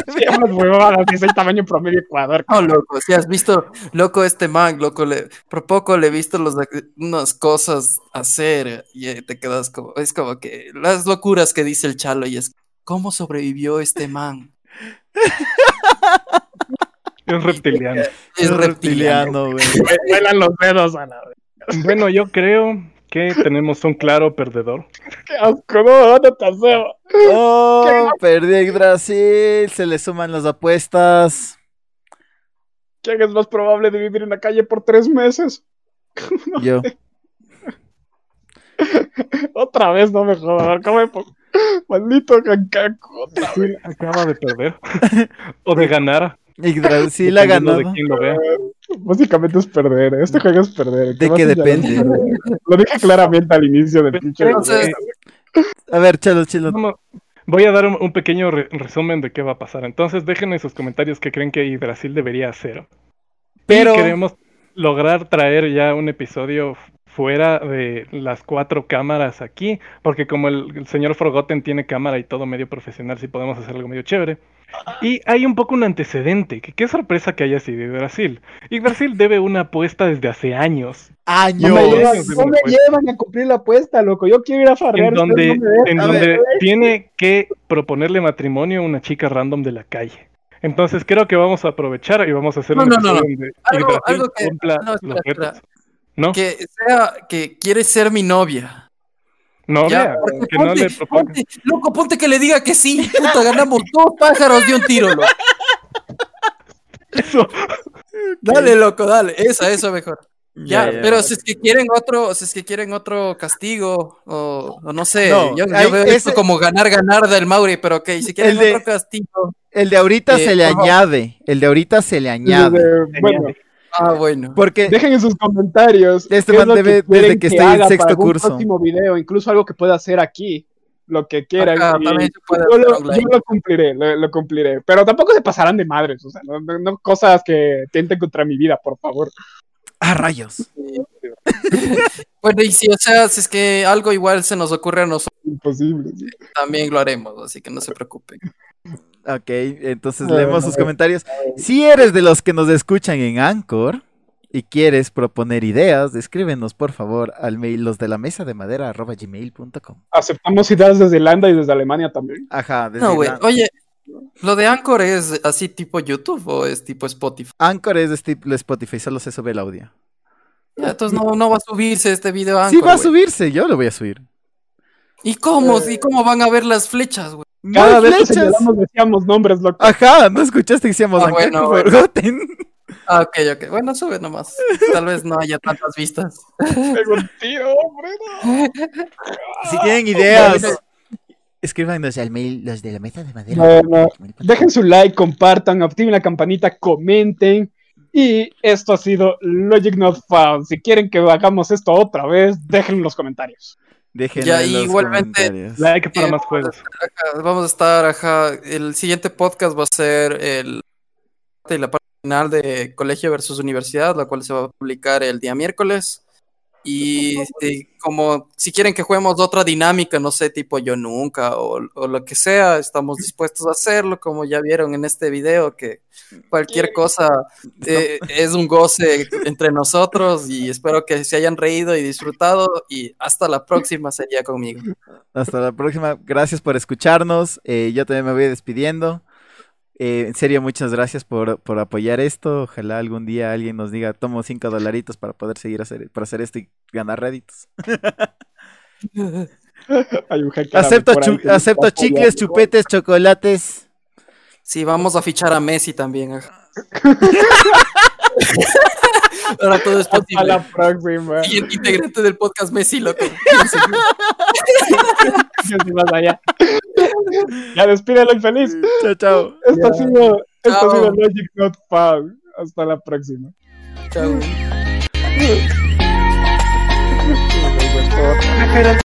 Sí, unas huevadas, es el tamaño promedio de Ecuador. No, Oh, loco, si has visto, loco, este man, loco, le, por poco le he visto los, unas cosas hacer y eh, te quedas como, es como que las locuras que dice el chalo y es, ¿cómo sobrevivió este man? es (laughs) reptiliano Es reptiliano. güey. Hue- Huelan los dedos a la verga. Bueno, yo creo que tenemos un claro perdedor. Qué asco, no, no te aseo. Oh, perdí el Brasil. Se le suman las apuestas. ¿Quién es más probable de vivir en la calle por tres meses? Yo. Otra vez no me jodas, ¿cómo me po- Maldito cancaco. ¿Quién acaba de perder? ¿O de ganar? Yggdrasil ha dependiendo ganado. De quién lo vea. Básicamente es perder, este juego es perder. ¿De vas qué a llorar? depende? Lo dije claramente al inicio del pinche. Entonces, A ver, chalo, chalo. eh, Vamos- Voy a dar un, un pequeño re- resumen de qué va a pasar. Entonces, dejen en sus comentarios qué creen que Brasil debería hacer. Pero- Y queremos lograr traer ya un episodio fuera de las cuatro cámaras aquí, porque como el, el señor Forgotten tiene cámara y todo medio profesional, sí podemos hacer algo medio chévere. Y hay un poco un antecedente, que qué sorpresa que haya sido Brasil. Y Brasil debe una apuesta desde hace años, Años. No me, llevan, Dios. no me llevan a cumplir la apuesta, loco. Yo quiero ir a farrear. en donde, ustedes no me dejan. en A donde ver. tiene que proponerle matrimonio a una chica random de la calle. Entonces creo que vamos a aprovechar y vamos a hacer No, un no, no, episodio donde Algo- Yggdrasil algo que- cumpla no, espera, los espera. retos. ¿No? que sea, que quiere ser mi novia. No, Ya, vea, porque (laughs) que no ponte, le proponga. ponte, loco, ponte que le diga que sí, puta, ganamos dos pájaros de un tiro, (laughs) loco. Eso. Dale, loco, dale, esa, eso mejor. Ya, Ya, ya. pero si es que quieren otro, si es que quieren otro castigo, o, o no sé, No, yo, yo hay- veo ese- esto como ganar, ganar del Mauri, pero ok, si quieren El de- otro castigo, El de ahorita Eh, se le por favor. añade. El de ahorita se le Desde- añade. bueno, Ah, bueno. Porque Dejen en sus comentarios. Este qué es man lo debe- quieren desde que está en haga sexto para algún curso. próximo video, incluso algo que pueda hacer aquí, lo que quieran. Ajá, y también se puede yo, lo, hacer online. yo lo cumpliré, lo, lo cumpliré. Pero tampoco se pasarán de madres, o sea, no, no- no cosas que tienten contra mi vida, por favor. ¡Ah, rayos! (laughs) Bueno, y si, o sea, si es que algo igual se nos ocurre a nosotros, Imposible. sí. también lo haremos, así que no se preocupen. Ok, entonces Bueno, leemos sus bueno. comentarios. Si eres de los que nos escuchan en Anchor y quieres proponer ideas, escríbenos por favor al mail los de la mesa de madera gmail.com. Aceptamos ideas desde Irlanda y desde Alemania también. Ajá, desde No, güey. la- Oye, ¿lo de Anchor es así tipo YouTube o es tipo Spotify? Anchor es de estilo Spotify, solo se sube el audio. Ya, entonces no, no va a subirse este video a Anchor. sí va a güey. subirse, yo lo voy a subir. ¿Y cómo? Eh. ¿Y cómo van a ver las flechas, güey? ¡No Cada hay vez que flechas! señalamos decíamos nombres, loco. Ajá, ¿no escuchaste que decíamos Ah, Anchor? bueno, Por bueno. favor, (laughs) Ah, ok, ok. Bueno, sube nomás. Tal vez no haya tantas vistas. (laughs) Tengo un tío, hombre. Si Ah, tienen ideas, escríbanos al mail los de la mesa de madera. No, no. Eh, Dejen su like, compartan, activen la campanita, comenten. Y esto ha sido Logic Not Found. Si quieren que hagamos esto otra vez, déjenlo en los comentarios. Déjenlo Ya, en los igualmente, comentarios. Like para Eh, más juegos. Ajá, Vamos a estar, ajá. El siguiente podcast va a ser el y la parte final de Colegio versus Universidad, la cual se va a publicar el día miércoles. Y este, como si quieren que juguemos otra dinámica, no sé, tipo yo nunca o, o lo que sea, estamos dispuestos a hacerlo, como ya vieron en este video, que cualquier cosa eh, es un goce entre nosotros y espero que se hayan reído y disfrutado y hasta la próxima sería conmigo. Hasta la próxima. Gracias por escucharnos. Eh, yo también me voy despidiendo. Eh, en serio, muchas gracias por, por apoyar esto. Ojalá algún día alguien nos diga, tomo cinco dolaritos para poder seguir hacer, para hacer esto y ganar réditos. Hay un hacker Acepto, por ahí chu- que me acepto está chicles, apoyando. chupetes, chocolates. Sí, vamos a fichar a Messi (laughs) también. ajá. Ahora todo es Hasta posible. la próxima. Y el integrante del podcast (laughs) Messi, loco. Yo sí más allá. ya despídelo, infeliz. Chao, chao. Esto, ha sido, esto ha sido Chao. Logic Not Found. Hasta la próxima. Chao.